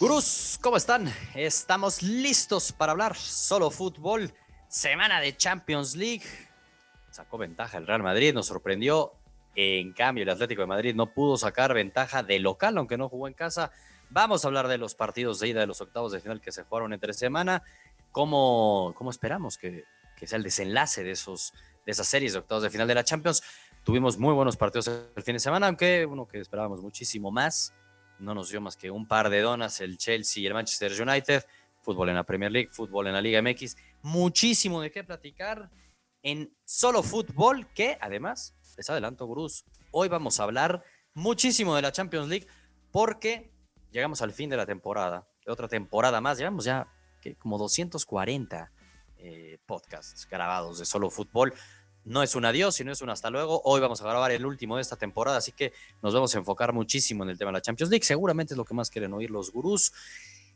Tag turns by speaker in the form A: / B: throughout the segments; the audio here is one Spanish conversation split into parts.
A: Gurús, ¿cómo están? Estamos listos para hablar solo fútbol. Semana de Champions League. Sacó ventaja el Real Madrid, nos sorprendió. En cambio, el Atlético de Madrid no pudo sacar ventaja de local, aunque no jugó en casa. Vamos a hablar de los partidos de ida de los octavos de final que se jugaron entre semana. ¿Cómo, cómo esperamos que, que sea el desenlace de, esos, de esas series de octavos de final de la Champions? Tuvimos muy buenos partidos el fin de semana, aunque uno que esperábamos muchísimo más no nos dio más que un par de donas el Chelsea y el Manchester United, fútbol en la Premier League, fútbol en la Liga MX, muchísimo de qué platicar en solo fútbol que además, les adelanto, Gurús, hoy vamos a hablar muchísimo de la Champions League porque llegamos al fin de la temporada, de otra temporada más, llevamos ya ¿qué? como 240 eh, podcasts grabados de solo fútbol no es un adiós, sino es un hasta luego. Hoy vamos a grabar el último de esta temporada, así que nos vamos a enfocar muchísimo en el tema de la Champions League. Seguramente es lo que más quieren oír los gurús.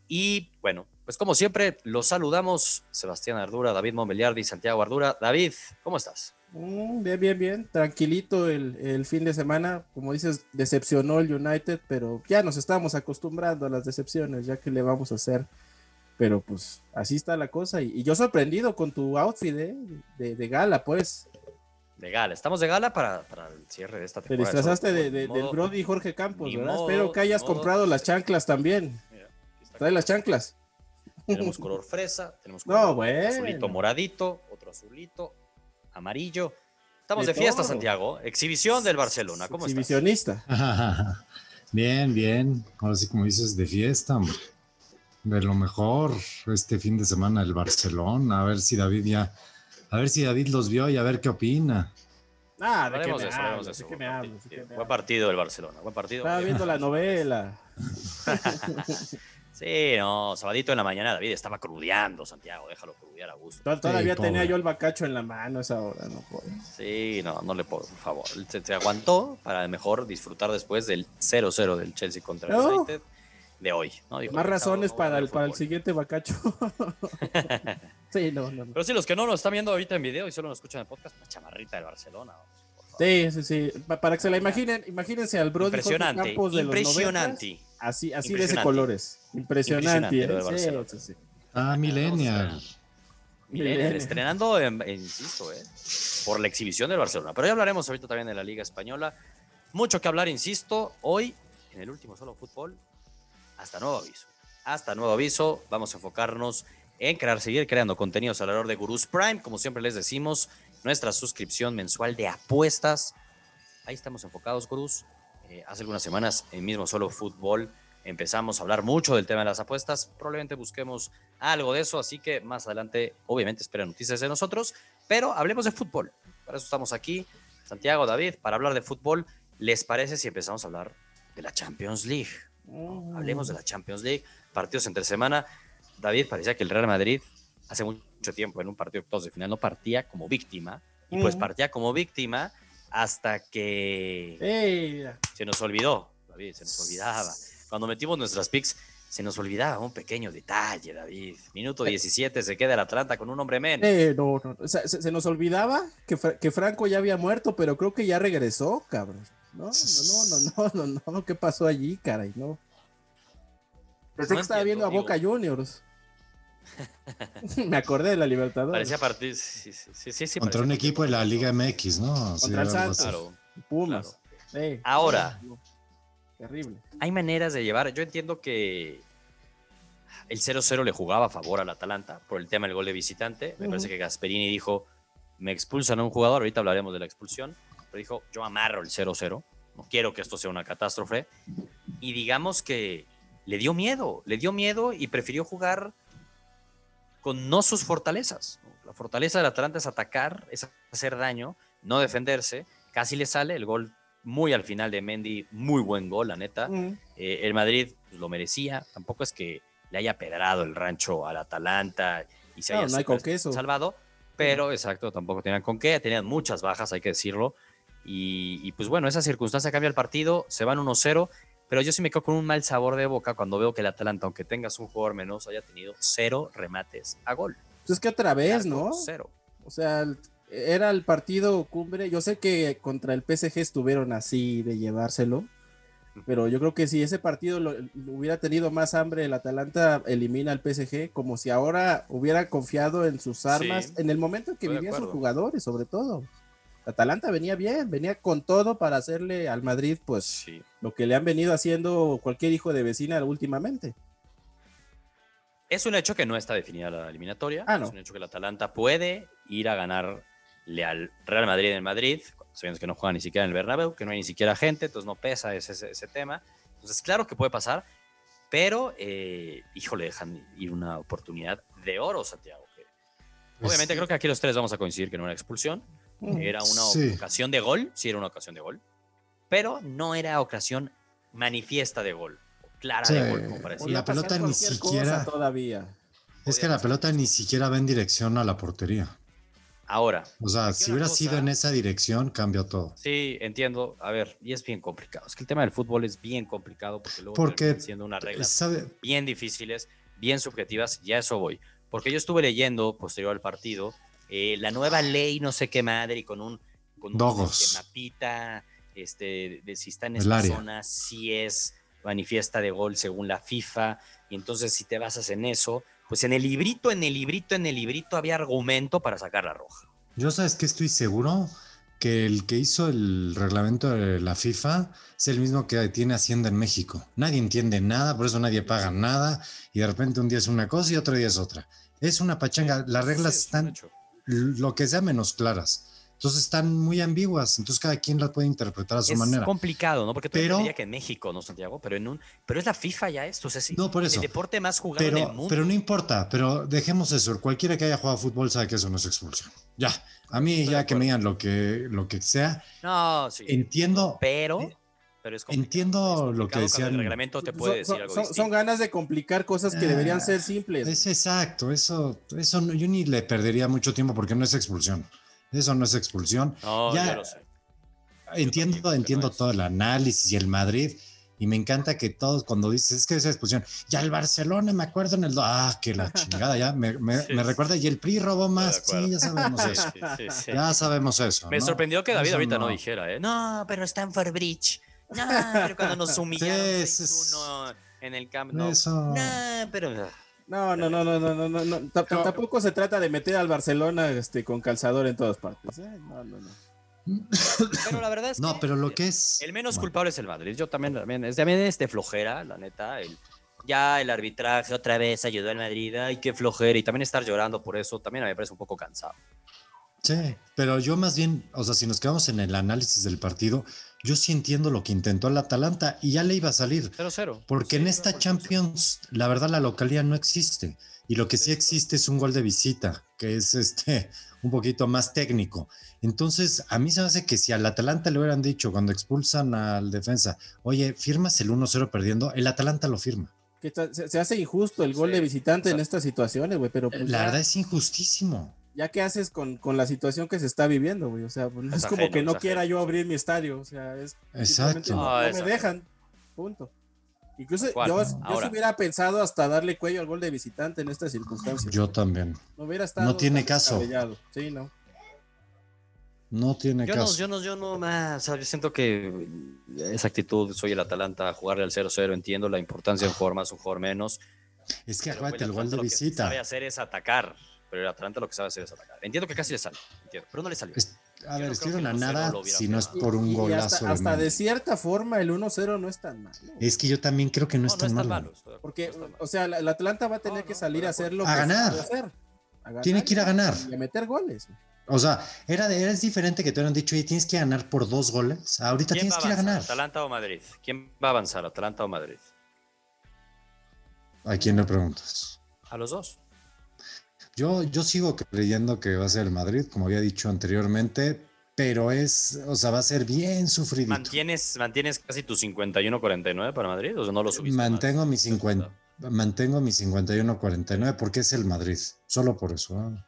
A: Y bueno, pues como siempre, los saludamos. Sebastián Ardura, David Montbeliardi, Santiago Ardura. David, ¿cómo estás?
B: Mm, bien, bien, bien. Tranquilito el, el, fin de semana. Como dices, decepcionó el United, pero ya nos estamos acostumbrando a las decepciones, ya que le vamos a hacer. Pero pues así está la cosa. Y, y yo sorprendido con tu outfit ¿eh? de, de gala, pues.
A: De gala, estamos de gala para, para, el cierre de esta
B: temporada. Te disfrazaste de, de, modo, del Brody Jorge Campos, ¿verdad? Modo, Espero que hayas modo, comprado las chanclas también. Mira, Trae las chanclas.
A: Tenemos color fresa, tenemos color no, bueno. azulito moradito, otro azulito, amarillo. Estamos de, de fiesta, Santiago. Exhibición del Barcelona. ¿Cómo
B: Exhibicionista.
C: Estás? bien, bien. Ahora sí, como dices, de fiesta, hombre. De lo mejor este fin de semana el Barcelona. A ver si David ya a ver si David los vio y a ver qué opina.
A: Ah, de, eso, de eso. Buen, partido, sí, buen partido del Barcelona, buen partido.
B: Estaba viendo la novela.
A: sí, no, sabadito en la mañana David estaba crudeando, Santiago, déjalo crudear a gusto.
B: Todavía sí, tenía yo el bacacho en la mano esa hora, no joder.
A: Sí, no, no le por favor. Se, se aguantó para mejor disfrutar después del 0-0 del Chelsea contra el no. United de hoy. ¿no?
B: Digo, Más razones no, para, el, para el siguiente bacacho. sí, no, no, no,
A: Pero si los que no nos están viendo ahorita en video y solo nos escuchan en podcast, una chamarrita del Barcelona.
B: Sí, sí, sí. Para que se la imaginen, imagínense al Brody
A: impresionante, Jorge Campos de impresionante.
B: Los 90, así, así impresionante. de ese colores. Impresionante.
C: impresionante ¿eh? sí, sí. Ah, Millennial.
A: Millennial, estrenando, en, en, insisto, eh, por la exhibición del Barcelona. Pero ya hablaremos ahorita también de la Liga Española. Mucho que hablar, insisto, hoy en el último solo fútbol, hasta nuevo aviso. Hasta nuevo aviso, vamos a enfocarnos en crear, seguir creando contenidos alrededor de Gurús Prime. Como siempre les decimos, nuestra suscripción mensual de apuestas. Ahí estamos enfocados, Gurús. Eh, hace algunas semanas, en mismo solo fútbol, empezamos a hablar mucho del tema de las apuestas. Probablemente busquemos algo de eso, así que más adelante, obviamente, esperen noticias de nosotros, pero hablemos de fútbol. Para eso estamos aquí, Santiago, David, para hablar de fútbol. ¿Les parece si empezamos a hablar de la Champions League?
B: Ah.
A: No, hablemos de la Champions League, partidos entre semana. David parecía que el Real Madrid hace mucho tiempo en un partido octavos de final no partía como víctima y pues partía como víctima hasta que
B: Ey.
A: se nos olvidó, David, se nos olvidaba. Cuando metimos nuestras picks se nos olvidaba un pequeño detalle, David. Minuto
C: Eh.
A: 17 se queda el Atlanta con un hombre menos.
B: Eh, no, no, o sea, se, se, nos olvidaba que, que Franco ya había muerto, pero creo que ya regresó, cabrón. No, no, no, no, no, ¿qué pasó allí, caray? No. Pensé que estaba viendo a Boca Juniors. Me acordé de la Libertadores.
A: Parecía partido, sí, sí, sí,
C: Contra un equipo de la Liga MX, ¿no?
B: Contra el Santos. Pumas.
A: Ah. Ahora.
B: Terrible.
A: Hay maneras de llevar. Yo entiendo que el 0-0 le jugaba a favor al Atalanta por el tema del gol de visitante. Me parece que Gasperini dijo: Me expulsan a un jugador. Ahorita hablaremos de la expulsión dijo, yo amarro el 0-0, no quiero que esto sea una catástrofe. Y digamos que le dio miedo, le dio miedo y prefirió jugar con no sus fortalezas. La fortaleza del Atlanta es atacar, es hacer daño, no defenderse. Casi le sale el gol muy al final de Mendy, muy buen gol, la neta. Mm. Eh, el Madrid pues, lo merecía, tampoco es que le haya pedrado el rancho al Atalanta y se
B: no,
A: haya
B: no hay con queso.
A: salvado. Pero, mm. exacto, tampoco tenían con qué, tenían muchas bajas, hay que decirlo. Y, y, pues bueno, esa circunstancia cambia el partido, se van 1-0, pero yo sí me quedo con un mal sabor de boca cuando veo que el Atalanta, aunque tengas un jugador menos, haya tenido cero remates a gol.
B: Pues es que otra vez, ¿no?
A: Cero.
B: O sea, era el partido cumbre. Yo sé que contra el PSG estuvieron así de llevárselo, Pero yo creo que si ese partido lo, lo hubiera tenido más hambre, el Atalanta elimina al PSG, como si ahora hubiera confiado en sus armas,
A: Sí.
B: en el momento en que
A: Estoy de
B: vivían sus
A: acuerdo.
B: jugadores, sobre todo. Atalanta venía bien, venía con todo para hacerle al Madrid, pues,
A: Sí.
B: lo que le han venido haciendo cualquier hijo de vecina últimamente.
A: Es un hecho que no está definida la eliminatoria.
B: Ah, no.
A: Es un hecho que el Atalanta puede ir a ganarle al Real Madrid en Madrid, sabiendo que no juega ni siquiera en el Bernabéu, que no hay ni siquiera gente, entonces no pesa ese, ese- ese tema. Entonces, claro que puede pasar, pero, eh, híjole, dejan ir una oportunidad de oro, Santiago. que-
C: Pues
A: Obviamente
C: sí.
A: creo que aquí los tres vamos a coincidir que no era expulsión,
B: Mm.
A: era una
C: Sí.
A: ocasión de gol, sí era una ocasión de gol, pero no era ocasión manifiesta de gol, clara de
C: Sí.
A: gol, como parecía.
B: Podía
C: la pelota
B: pasar
C: ni
B: cualquier cosa
C: siquiera-
B: todavía.
C: Es que la pelota ni siquiera va en dirección a la portería.
A: Ahora,
C: O sea,
A: Aquí
C: si
A: una
C: hubiera
A: cosa-
C: sido en esa dirección, cambió todo.
A: Sí, entiendo. A ver, y es bien complicado. Es que el tema del fútbol es bien complicado porque luego
C: Porque-
A: terminan siendo unas reglas
C: ¿Sabe?
A: bien difíciles, bien subjetivas, y a eso voy. Porque yo estuve leyendo, posterior al partido, eh, la nueva ley, no sé qué madre, y con un, con un
C: Dogos.
A: este, mapita este, de si está en
C: El
A: esta
C: área.
A: zona, si es manifiesta de gol según la FIFA, y entonces si te basas en eso, pues en el librito, en el librito, en el librito había argumento para sacar la roja.
C: Yo sabes que estoy seguro que el que hizo el reglamento de la FIFA es el mismo que tiene Hacienda en México. Nadie entiende nada, por eso nadie paga nada y de repente un día es una cosa y otro día es otra. Es una pachanga, las reglas
A: Sí, es un
C: están
A: hecho.
C: lo que sea menos claras. Entonces están muy ambiguas, entonces cada quien las puede interpretar a su
A: es
C: manera.
A: complicado, ¿no? Porque tú
C: Pero-
A: diría que en México, ¿no, Santiago? Pero en un, pero es la FIFA ya esto, o sea, sí,
C: No, por eso.
A: el deporte más jugado en el
C: Pero,
A: mundo.
C: pero no importa, pero dejemos eso. Cualquiera que haya jugado a fútbol sabe que eso no es expulsión. Ya, a mí
A: Estoy de
C: ya que
A: acuerdo.
C: me digan lo que, lo que sea,
A: no, sí.
C: entiendo,
A: pero, pero es complicado.
C: entiendo
A: Es complicado
C: lo que
A: cuando
C: decían.
A: El reglamento te puede
B: Son-
A: decir
B: son-
A: algo
B: son-
A: distinto.
B: son ganas de complicar cosas que
C: Ah,
B: deberían ser simples.
C: Es exacto, eso, eso no- yo ni le perdería mucho tiempo porque no es expulsión. Eso no es expulsión.
A: No,
C: ya-
A: yo lo sé.
C: Entiendo,
A: también creo que
C: entiendo
A: no es.
C: todo el análisis y el Madrid. Y me encanta que todos cuando dices es que es expulsión, ya el Barcelona, me acuerdo en el. do- Ah, que la chingada, ya me, me-
A: Sí,
C: me
A: sí.
C: recuerda, y el PRI robó más.
A: Estoy
C: Sí,
A: de
C: ya sabemos eso.
A: Sí, sí, sí.
C: Ya sabemos eso.
A: Me
C: ¿no?
A: sorprendió que David
C: Eso
A: ahorita no. dijera, ¿eh? No, pero Stanford Bridge. No, pero cuando nos humillaron
C: Sí, eso es-
A: 6-1 en el Camp Nou.
C: Eso.
A: No, pero...
B: No, no, no, no, no, no, no, no. T- t-
C: No.
B: Tampoco se trata de meter al Barcelona este, con calzador en todas partes. ¿eh? No, no, no.
A: Pero la verdad es eh,
C: No, pero lo que es.
A: El menos
C: bueno,
A: culpable es el Madrid. Yo también, también es, también es de flojera, la neta. El, ya el arbitraje otra vez ayudó al Madrid. Ay, qué flojera. Y también estar llorando por eso también me parece un poco cansado.
C: Sí, pero yo más bien, o sea, si nos quedamos en el análisis del partido, yo sí entiendo lo que intentó el Atalanta y ya le iba a salir.
A: 0-0.
C: Porque en
A: pues
C: esta Champions, la verdad, la localidad no existe. Y lo que sí existe es un gol de visita, que es este un poquito más técnico. Entonces, a mí se me hace que si al Atalanta le hubieran dicho cuando expulsan al defensa, oye, firmas el 1-0 perdiendo, el Atalanta lo firma.
B: Que ta- se, se hace injusto el gol
A: Sí,
B: de visitante en
A: exacto.
B: estas situaciones, güey. Pero pues,
C: La
B: ya,
C: verdad es injustísimo.
B: ya qué haces con, con la situación que se está viviendo, güey. O sea, pues, no
A: Es
B: es, como
A: ajeno,
B: que no
A: es
B: quiera
A: ajeno.
B: yo abrir mi estadio. O sea, es simplemente
C: Exacto.
B: no,
A: Ah,
B: no me
A: exacto.
B: dejan. Punto. Incluso
A: Tal cual.
B: yo, yo
A: Ahora.
B: sí hubiera pensado hasta darle cuello al gol de visitante en estas circunstancias.
C: Yo también.
B: no hubiera estado
C: No tiene
B: tan
C: caso.
B: descabellado. Sí, no.
C: No tiene
A: Yo no,
C: caso.
A: yo no, yo no más. o sea, yo siento que esa actitud, soy el Atalanta, jugarle al 0-0, entiendo la importancia de jugar más, un jugador menos.
C: es que
A: Pero, güey,
C: acuérdate, el gol
A: Atalanta
C: de
A: lo que
C: visita.
A: sabe hacer es atacar. Pero el Atalanta lo que sabe hacer es atacar. Entiendo que casi le sale, entiendo, pero no le salió.
C: Es-
A: Yo no
C: A ver,
A: creo que
C: estuvieron a
A: el 1-0
C: nada
A: lo hubiera
C: si no es
A: firmado.
C: por un
B: Y- y
C: golazo.
B: hasta,
C: de
B: hasta de
C: Mendy.
B: cierta forma el 1-0 no es tan mal. güey.
C: Es que yo también creo que no, es tan malo.
A: estoy de acuerdo,
B: Porque,
A: no es tan malo.
B: o sea, la- el Atlanta va a tener
A: No,
B: que
A: no,
B: salir a
A: estoy
B: hacer
A: de
B: lo
C: acuerdo.
B: que
C: A
B: se
C: ganar.
B: puede hacer. A ganar
C: Tiene que ir a ganar.
B: Y a meter goles.
C: O sea, era, de- era- es diferente que te hubieran dicho, oye, tienes que ganar por dos goles. Ahorita
A: ¿Quién
C: tienes
A: va
C: que ir a
A: avanzar,
C: ganar.
A: ¿Atalanta o Madrid? ¿Quién va a avanzar, Atalanta o Madrid?
C: ¿A quién le preguntas?
A: A los dos.
C: Yo, yo sigo creyendo que va a ser el Madrid, como había dicho anteriormente, pero es, o sea, va a ser bien sufridito.
A: ¿Mantienes, mantienes casi tu 51-49 para Madrid? ¿O sea, no lo subiste? más?
C: Mantengo mi 50. Mantengo mi 51-49 porque es el Madrid. Solo por eso. ¿eh?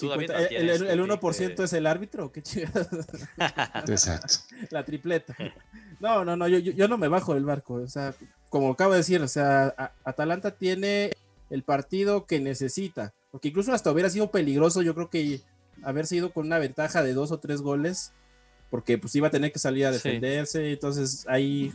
A: Tú, David,
B: 50.
A: la
B: eh, el,
A: tienes,
B: el- el
A: Tuti,
B: 1%
A: que-
B: es el árbitro. ¿Qué chingados?
C: Exacto.
B: la tripleta. No, no, no, yo, yo- yo no me bajo del barco. O sea, como acabo de decir, o sea, a- Atalanta tiene el partido que necesita. Porque incluso hasta hubiera sido peligroso, yo creo que haber sido con una ventaja de dos o tres goles porque pues iba a tener que salir a defenderse, entonces ahí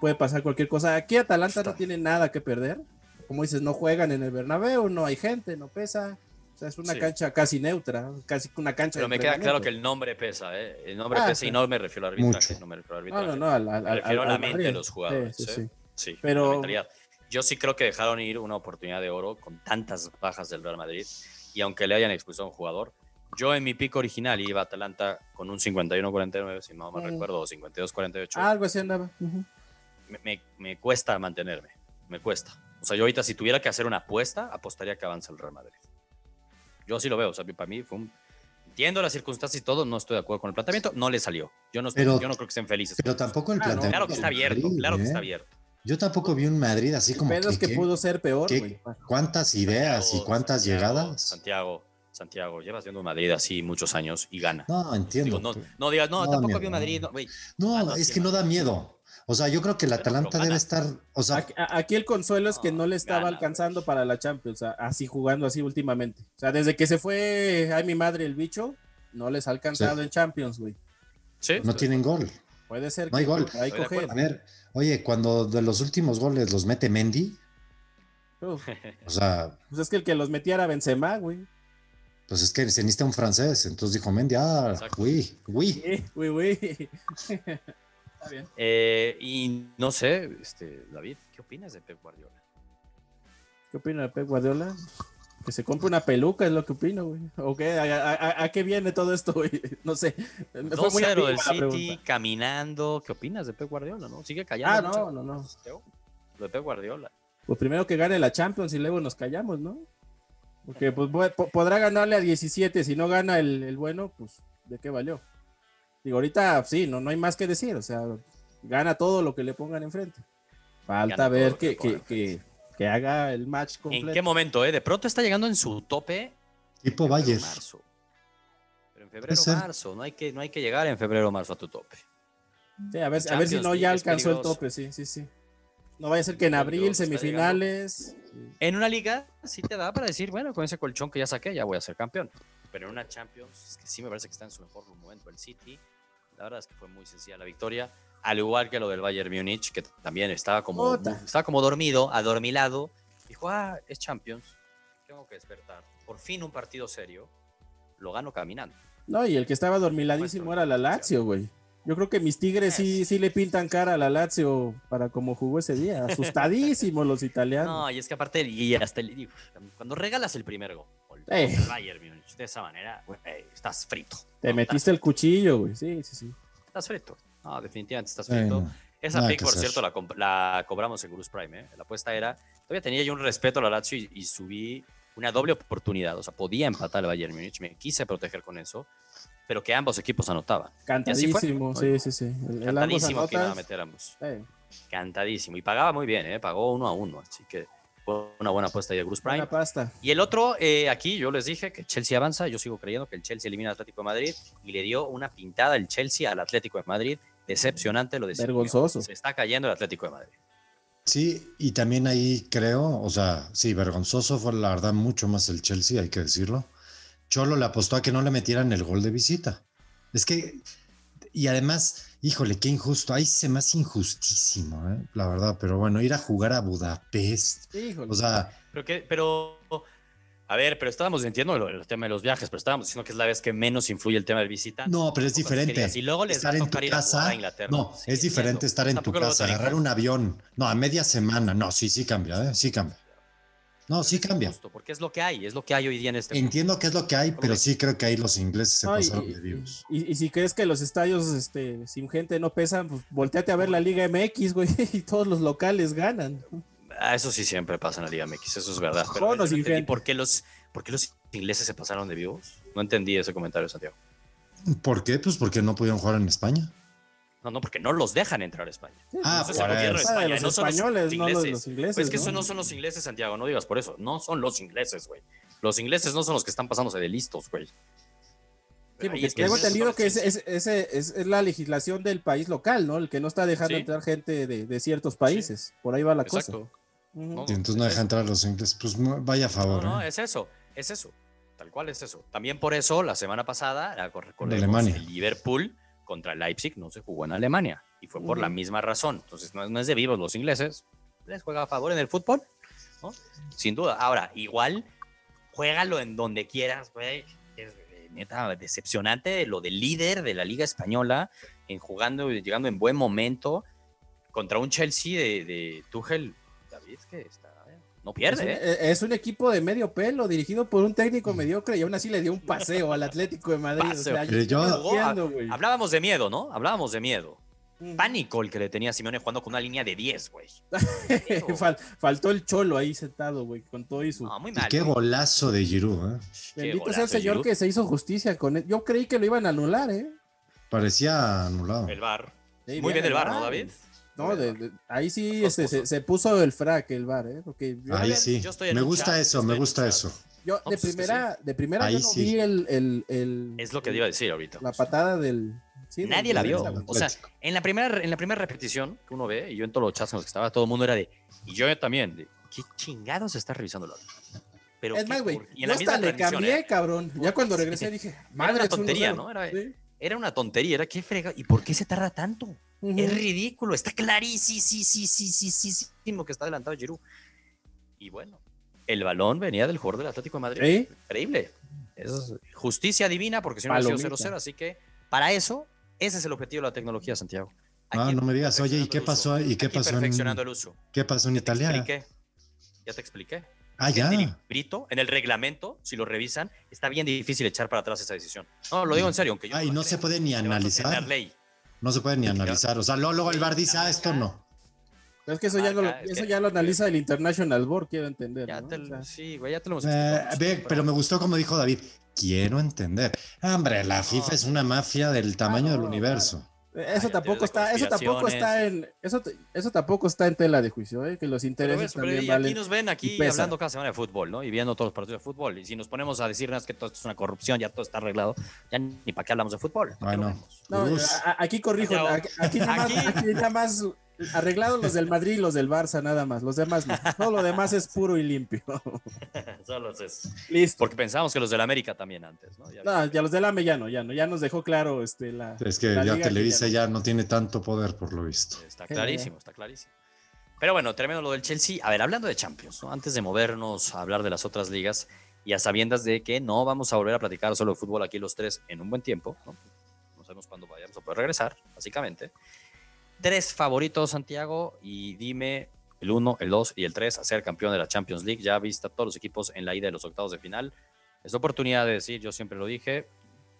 B: puede pasar cualquier cosa. Aquí Atalanta no tiene nada que perder, como dices, no juegan en el Bernabéu, no hay gente, no pesa, o sea, es una
A: Sí.
B: cancha casi neutra, casi una cancha.
A: Pero
B: de
A: me queda claro que
B: entrenamiento.
A: el nombre pesa, ¿eh? El nombre
B: Ah,
A: pesa y
B: sí.
A: no me refiero al arbitraje.
C: Mucho.
A: No me refiero al
B: No,
A: arbitraje.
B: no, no, al- al-
A: Me refiero
B: al-
A: a la
B: al
A: mente de
B: Madrid.
A: los jugadores.
B: Sí, sí,
A: ¿eh?
B: sí.
A: Sí,
B: Pero-
A: la mentalidad. Yo sí creo que dejaron ir una oportunidad de oro con tantas bajas del Real Madrid y aunque le hayan expulsado a un jugador, yo en mi pico original iba a Atalanta con un 51-49, si no me
B: Mm. Ah,
A: recuerdo, o 52-48.
B: Algo así andaba. ujú.
A: Me, me- me cuesta mantenerme, me cuesta. O sea, yo ahorita si tuviera que hacer una apuesta, apostaría que avanza el Real Madrid. Yo sí lo veo, o sea, para mí fue un... Entiendo las circunstancias y todo, no estoy de acuerdo con el planteamiento, no le salió. Yo no, estoy-
C: Pero-
A: yo no creo que estén felices.
C: Pero tampoco
B: Ah,
C: el
B: no,
C: planteamiento.
A: Claro que está
C: del
A: abierto,
C: Madrid,
A: claro que
C: ¿eh?
A: está abierto.
C: Yo tampoco vi un Madrid así como
B: Pero es
C: que,
B: que pudo ser peor,
C: qué-
B: güey.
C: cuántas ideas y
A: Santiago,
C: cuántas
A: Santiago,
C: llegadas.
A: Santiago, Santiago, llevas viendo Madrid así muchos años y gana.
C: No, entiendo. pues.
A: Digo, no, no digas, no,
C: No, mi
A: tampoco vio
C: hermano.
A: Madrid. no, güey.
C: No,
A: Ah, no,
C: es
A: sí,
C: que
A: no.
C: no da miedo. O sea, yo creo que el
A: Bueno, pero
C: Atalanta debe
A: gana. Ah,
C: estar, o sea,
B: Aquí, a- aquí el consuelo es que
A: No,
B: no le estaba
A: gana, güey.
B: alcanzando para la Champions, a- así jugando así últimamente. O sea, desde que se fue, ay mi madre, el bicho, no les ha alcanzado
C: Sí.
B: en Champions, güey.
A: Sí,
C: no tienen gol.
B: Puede ser
C: No hay
B: que
C: gol.
B: por ahí
A: Estoy de
B: coger.
C: A ver, oye, cuando de los últimos goles los mete Mendy,
B: Uf,
C: o sea,
B: Pues es que el que los metía era Benzema, güey.
C: pues es que se necesita un francés. Entonces dijo Mendy, ah,
A: Exacto.
C: uy, uy.
B: Sí, Güey, güey. Está bien.
A: Eh, y no sé, este, David, ¿qué opinas de Pep Guardiola?
B: ¿Qué opina de Pep Guardiola? Que se compre una peluca es lo que opino, güey. ¿O qué? ¿A, a- a- a qué viene todo esto, güey? No sé. Fue muy
A: 2-0
B: ambigua
A: del
B: la
A: City,
B: pregunta.
A: caminando. ¿Qué opinas de Pep Guardiola? No? Sigue
B: Ah,
A: callando.
B: no, no, no.
A: no. Lo de Pep Guardiola.
B: Pues primero que gane la Champions y luego nos callamos, ¿no? Porque pues bu- po- podrá ganarle a 17, si no gana el, el bueno, pues ¿de qué valió? Digo, ahorita sí, no, no hay más que decir, o sea, gana todo lo que le pongan enfrente.
A: Gana
B: Falta
A: todo
B: ver
A: lo que
B: que,
A: le pongan
B: que, que, que haga el match completo.
A: ¿En qué momento? Eh? De pronto está llegando en su tope
C: Tipo Bayer.
A: febrero, marzo. Pero en febrero,
C: ser.
A: marzo. No hay, que, no hay que llegar en febrero, marzo a tu tope.
B: Sí, a ver, a ver si
A: Champions
B: no
A: League
B: ya
A: es
B: alcanzó el
A: peligroso.
B: tope, sí, sí, sí. No vaya a ser que en
A: Es
B: abril,
A: peligroso, está
B: semifinales.
A: En una liga sí te da para decir, bueno, con ese colchón que ya saqué, ya voy a ser campeón. Pero en una Champions, es que sí me parece que está en su mejor momento el City. La verdad es que fue muy sencilla la victoria. Al igual que lo del Bayern Múnich, que también estaba como,
B: Ota.
A: estaba como dormido, adormilado. Dijo, ah, es Champions. Tengo que despertar. Por fin un partido serio. Lo gano caminando.
B: No, y el que estaba dormiladísimo era la Lazio, güey. Yo creo que mis tigres sí, sí le pintan cara a la Lazio para como jugó ese día. Asustadísimos los italianos.
A: No, y es que aparte, y hasta el- y- cuando regalas el primer gol contra
B: Eh.
A: el Bayern Múnich de esa manera, güey, estás frito.
B: Te
A: No,
B: metiste el cuchillo, güey. Sí, sí, sí.
A: Estás frito. No, definitivamente estás
C: Ay,
A: frito.
C: no.
A: Esa
C: Nada
A: pick,
C: que
A: por
C: hacer.
A: cierto, la, comp- la cobramos en Gurus Prime. ¿eh? La apuesta era. Todavía tenía yo un respeto a la Lazio y, y subí una doble oportunidad. O sea, podía empatar al Bayern Múnich. Me quise proteger con eso, pero que ambos equipos anotaban.
B: Cantadísimo, sí, sí, sí. El, el ambos
A: Cantadísimo que iban a
B: anotas.
A: meter ambos.
B: Eh,
A: Cantadísimo. Y pagaba muy bien, ¿eh? pagó uno a uno. Así que fue una buena apuesta ahí de Gurus Prime.
B: buena pasta.
A: Y el otro, eh, aquí yo les dije que Chelsea avanza, yo sigo creyendo que el Chelsea elimina al Atlético de Madrid y le dio una pintada el Chelsea al Atlético de Madrid. Decepcionante lo de Simeone.
B: Vergonzoso.
A: Se está cayendo el Atlético de Madrid.
C: Sí, y también ahí creo, o sea, sí, vergonzoso fue la verdad mucho más el Chelsea, hay que decirlo. Cholo le apostó a que no le metieran el gol de visita. Es que, y además, híjole, qué injusto, ahí se me hace injustísimo, ¿eh? la verdad, pero bueno, ir a jugar a Budapest,
B: Híjole.
C: o sea,
A: Pero, que, pero a ver, pero estábamos entiendo lo- el tema de los viajes, pero estábamos diciendo que es la vez que menos influye el tema del visitante.
C: no, pero es diferente.
A: Y luego les
C: Estar
A: va a
C: en tu
A: tocar ir a jugar
C: casa,
A: a Inglaterra.
C: no,
A: Sí,
C: es diferente
A: entiendo.
C: estar en tu
A: Tampoco lo veo
C: casa,
A: tan
C: agarrar
A: injusto.
C: un avión, no, a media semana, no, sí, sí cambia, ¿eh? sí cambia. No,
A: Pero
C: sí
A: es
C: cambia.
A: injusto, porque es lo que hay, es lo que hay hoy día en este mundo.
C: Entiendo qué es lo que hay, pero
A: Ok.
C: sí creo que ahí los ingleses se
B: No, y-
C: pasaron de
B: y,
C: vivos.
B: y- y si crees que los estadios este, sin gente no pesan, pues volteate a ver la Liga MX, güey, y todos los locales ganan.
A: Ah, eso sí siempre pasa en la Liga MX, eso es verdad. Pero
B: Joder,
A: no
B: sin
A: entendí
B: gente.
A: por qué los, por qué los ingleses se pasaron de vivos. No entendí ese comentario, Santiago.
C: ¿Por qué? Pues porque no pudieron jugar en España.
A: No, no, porque no los dejan entrar a España.
C: Ah,
A: Eso es
C: por
A: el gobierno de
B: Ah,
C: eso.
B: de
A: España,
B: los
A: no son los
B: españoles, no los de
A: ingleses.
B: los ingleses.
A: Pues es que eso
B: ¿no?
A: no son los ingleses, Santiago, no digas por eso. No son los ingleses, güey. Los ingleses no son los que están pasándose de listos, güey.
B: Sí,
A: Ahí
B: porque
A: es que
B: tengo
A: esos son
B: entendido
A: los
B: que es,
A: ingleses.
B: es- ese- es- es la legislación del país local, ¿no? El que no está dejando
A: Sí.
B: entrar gente de, de ciertos países. Por ahí va la cosa.
A: Exacto.
B: Ujú.
A: No,
C: Y entonces no dejan entrar a los ingleses. Pues no, vaya a
A: No,
C: favor.
A: no,
C: ¿eh?
A: es eso, es eso. Tal cual es eso. También por eso, la semana pasada, la
C: Alemania.
A: Alemania. Liverpool contra el Leipzig no se jugó en Alemania y fue por
B: Ujú.
A: la misma razón. Entonces, no, no es de vivos los ingleses, les juega a favor en el fútbol, ¿no? Sin duda. Ahora, igual, juégalo en donde quieras, güey. Es, eh, neta decepcionante lo del líder de la Liga Española, en jugando, llegando en buen momento contra un Chelsea de, de Tuchel. David, es que está, no
B: Es
A: pierde,
B: un,
A: ¿eh?
B: e- es un equipo de medio pelo dirigido por un técnico mediocre y aún así le dio un paseo al Atlético de Madrid. O sea,
A: Paseo.
B: yo
C: Yo-
B: no entiendo, güey.
A: Hablábamos de miedo, ¿no? Hablábamos de miedo. Pánico el que le tenía a Simeone jugando con una línea de 10, güey. Miedo.
B: Fal- faltó el cholo ahí sentado, güey, con todo y su.
A: No, muy
C: Y
A: mal.
C: qué
A: güey.
C: golazo de Giroud, ¿eh?
A: Qué
B: Bendito sea el
A: golazo,
B: señor
A: Giroud.
B: que se hizo justicia con él. Yo creí que lo iban a anular, ¿eh?
C: Parecía anulado.
A: El bar.
B: Sí,
A: Muy bien el bar, ¿no,
B: VAR.
A: David?
B: No, de- de- ahí sí
A: Dos
B: este, se,
A: cosas.
B: se puso el frac el bar, ¿eh? Porque yo,
C: Ahí
A: ver,
C: sí.
A: yo estoy en
C: Me
A: un
C: gusta
A: chat,
C: eso,
A: estoy
C: me
A: en
C: gusta
A: un
C: eso.
B: yo de,
A: pues es que
B: primera, de primera yo
C: Ahí
B: no
C: sí.
B: vi el, el- el-
A: Es lo que te iba a decir ahorita.
B: La patada del. sí, del-
A: Nadie la
B: del-
A: vio.
C: del
A: O sea,
C: Atlético.
A: en la primera, en la primera repetición que uno ve, y yo en todos los chats en los que estaba, todo el mundo era de. Y yo también, de, ¿qué chingados está revisando la Pero
B: Es
A: qué
B: más, güey.
A: cur-
B: Yo hasta le
A: transmisión,
B: cambié,
A: ¿eh?
B: cabrón. Ya cuando regresé dije, madre.
A: una
B: es un
A: tontería,
B: lugar".
A: ¿no? Era-
B: Sí.
A: Era una tontería, era qué frega. ¿Y por qué se tarda tanto?
B: Ujú.
A: Es ridículo, está clarísimo sí, sí, sí, sí, sí, sí, sí, que está adelantado Giroud. Y bueno, el balón venía del jugador del Atlético de Madrid.
B: Sí.
A: Increíble. Es justicia divina porque si no hubiera sido
B: Palomita.
A: 0-0. Así que para eso, ese es el objetivo de la tecnología, Santiago.
C: Ah,
A: Aquí
C: no me digas, oye, ¿y qué pasó?
A: perfeccionando el uso.
C: ¿Y qué
A: Aquí
C: pasó en,
A: perfeccionando el uso.
C: qué pasó en
A: Ya te
C: Italia?
A: expliqué. Ya te expliqué.
C: Ah,
A: En el
C: ya.
A: librito, en el reglamento, si lo revisan, está bien difícil echar para atrás esa decisión. No, lo digo en serio. Aunque yo
C: Ah, y no se puede ni
A: La
C: analizar.
A: ley.
C: No se puede ni analizar. O sea, luego luego el bar dice, ah, esto no.
B: Pero es que eso, ya,
A: Marca,
B: no lo,
A: Ah, es
B: eso
A: que-
B: ya lo analiza el International Board, quiero entender.
A: Ya
B: ¿no?
A: te
B: O sea,
A: lo- sí, güey, ya te lo hemos
C: Eh,
A: explicado.
C: ve, pero me gustó como dijo David, quiero entender. Ah, Hombre, la FIFA es una mafia del
A: Ah,
C: tamaño del
B: no,
C: universo.
B: eso
A: teorías
B: tampoco
A: de
B: está, eso tampoco está en, eso, t- eso tampoco está en tela de juicio, ¿eh? que los
A: Pero
B: intereses
A: ves, pero
B: también
A: y
B: valen.
A: aquí nos ven aquí
B: pesa.
A: hablando cada semana de fútbol, ¿no? Y viendo todos los partidos de fútbol. Y si nos ponemos a decirnos que todo esto es una corrupción, ya todo está arreglado, ya ni para qué hablamos de fútbol.
C: Ay, no.
B: No,
C: Cruz.
B: a- a- aquí corrijo,
A: Santiago.
B: aquí, aquí nada más,
A: Aquí-
B: aquí nada más arreglados los del Madrid y los del Barça, nada más, los demás no. Todo lo demás es puro y limpio.
A: Solo es eso.
B: Listo.
A: Porque pensábamos que los del América también antes, ¿no? Ya
B: No, ya los del AME ya no, ya no, ya nos dejó claro este la.
C: Es que
B: La
C: ya
B: liga que
C: Televisa
B: ya-
C: ya no tiene tanto poder, por lo visto.
A: Está clarísimo, está clarísimo. Pero bueno, tremendo lo del Chelsea. A ver, hablando de Champions, ¿no? antes de movernos a hablar de las otras ligas y a sabiendas de que no vamos a volver a platicar solo de fútbol aquí los tres en un buen tiempo, no, No sabemos cuándo vayamos a poder regresar, básicamente. Tres favoritos, Santiago, y dime el 1, el 2 y el 3 a ser campeón de la Champions League. Ya viste a todos los equipos en la ida de los octavos de final. Es oportunidad de decir, yo siempre lo dije,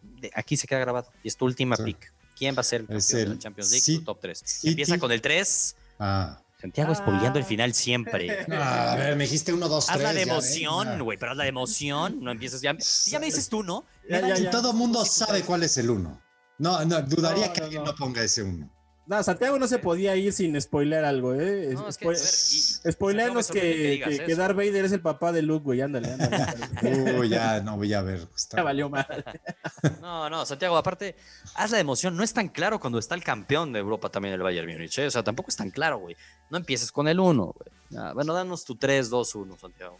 A: de- aquí se queda grabado y es tu última
C: Sí.
A: pick. ¿Quién va a ser el campeón
C: Es
A: de la
C: el
A: Champions League?
C: City-
A: Tu top 3.
C: City.
A: Empieza con el 3.
C: Ah.
A: Santiago
B: Ah.
A: spoileando el final siempre.
C: No, a ver, me dijiste uno, dos,
A: Hazla
C: tres,
A: de
B: ¿eh?
C: ya,
A: emoción,
C: venga.
A: güey, pero hazla de emoción. No empieces ya. si ya me dices tú, ¿no?
B: Ya, ya,
C: Y
B: ya.
C: todo mundo sabe cuál es el uno. No, no, dudaría
B: No,
C: que
B: no,
C: alguien
B: no.
C: no ponga ese uno.
B: No, Santiago no se podía ir sin spoiler algo, eh.
A: No, es pues que, a
B: Spoil-
A: ver, y-
B: Spoileanos
A: Santiago, me sorprende
B: que,
A: digas
B: que,
A: eso.
B: que Darth Vader es el papá de Luke, güey. Ándale, ándale. ándale.
C: Uy, ya, no voy a ver. está-
B: Ya valió mal.
A: No, no, Santiago, aparte, hazla de emoción. No es tan claro cuando está el campeón de Europa también el Bayern Múnich. ¿eh? O sea, tampoco es tan claro, güey. No empieces con el 1, güey. Ah, bueno, danos tu 3, 2, 1, Santiago.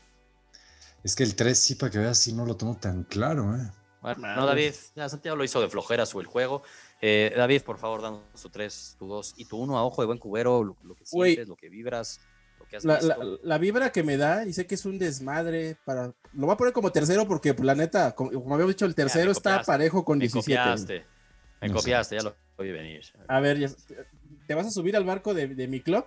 C: Es que el 3 sí, para que veas, si no lo tomo tan claro, ¿eh?
A: Bueno,
B: Madre.
A: no, David, ya Santiago lo hizo de flojera su el juego. Eh, David, por favor, danos tu 3, tu 2 y tu 1 a ojo de buen cubero, lo, lo que
B: Güey.
A: sientes, lo que vibras, lo que has
B: La,
A: visto.
B: la- la vibra que me da, y sé que es un desmadre para. Lo voy a poner como tercero porque, pues, la neta, como, como habíamos dicho, el tercero está
A: copiaste,
B: parejo con
A: Me
B: 17.
A: copiaste. Me
C: No sé.
A: copiaste, ya lo vi venir.
B: A ver, ya- ¿te vas a subir al barco de, de mi club?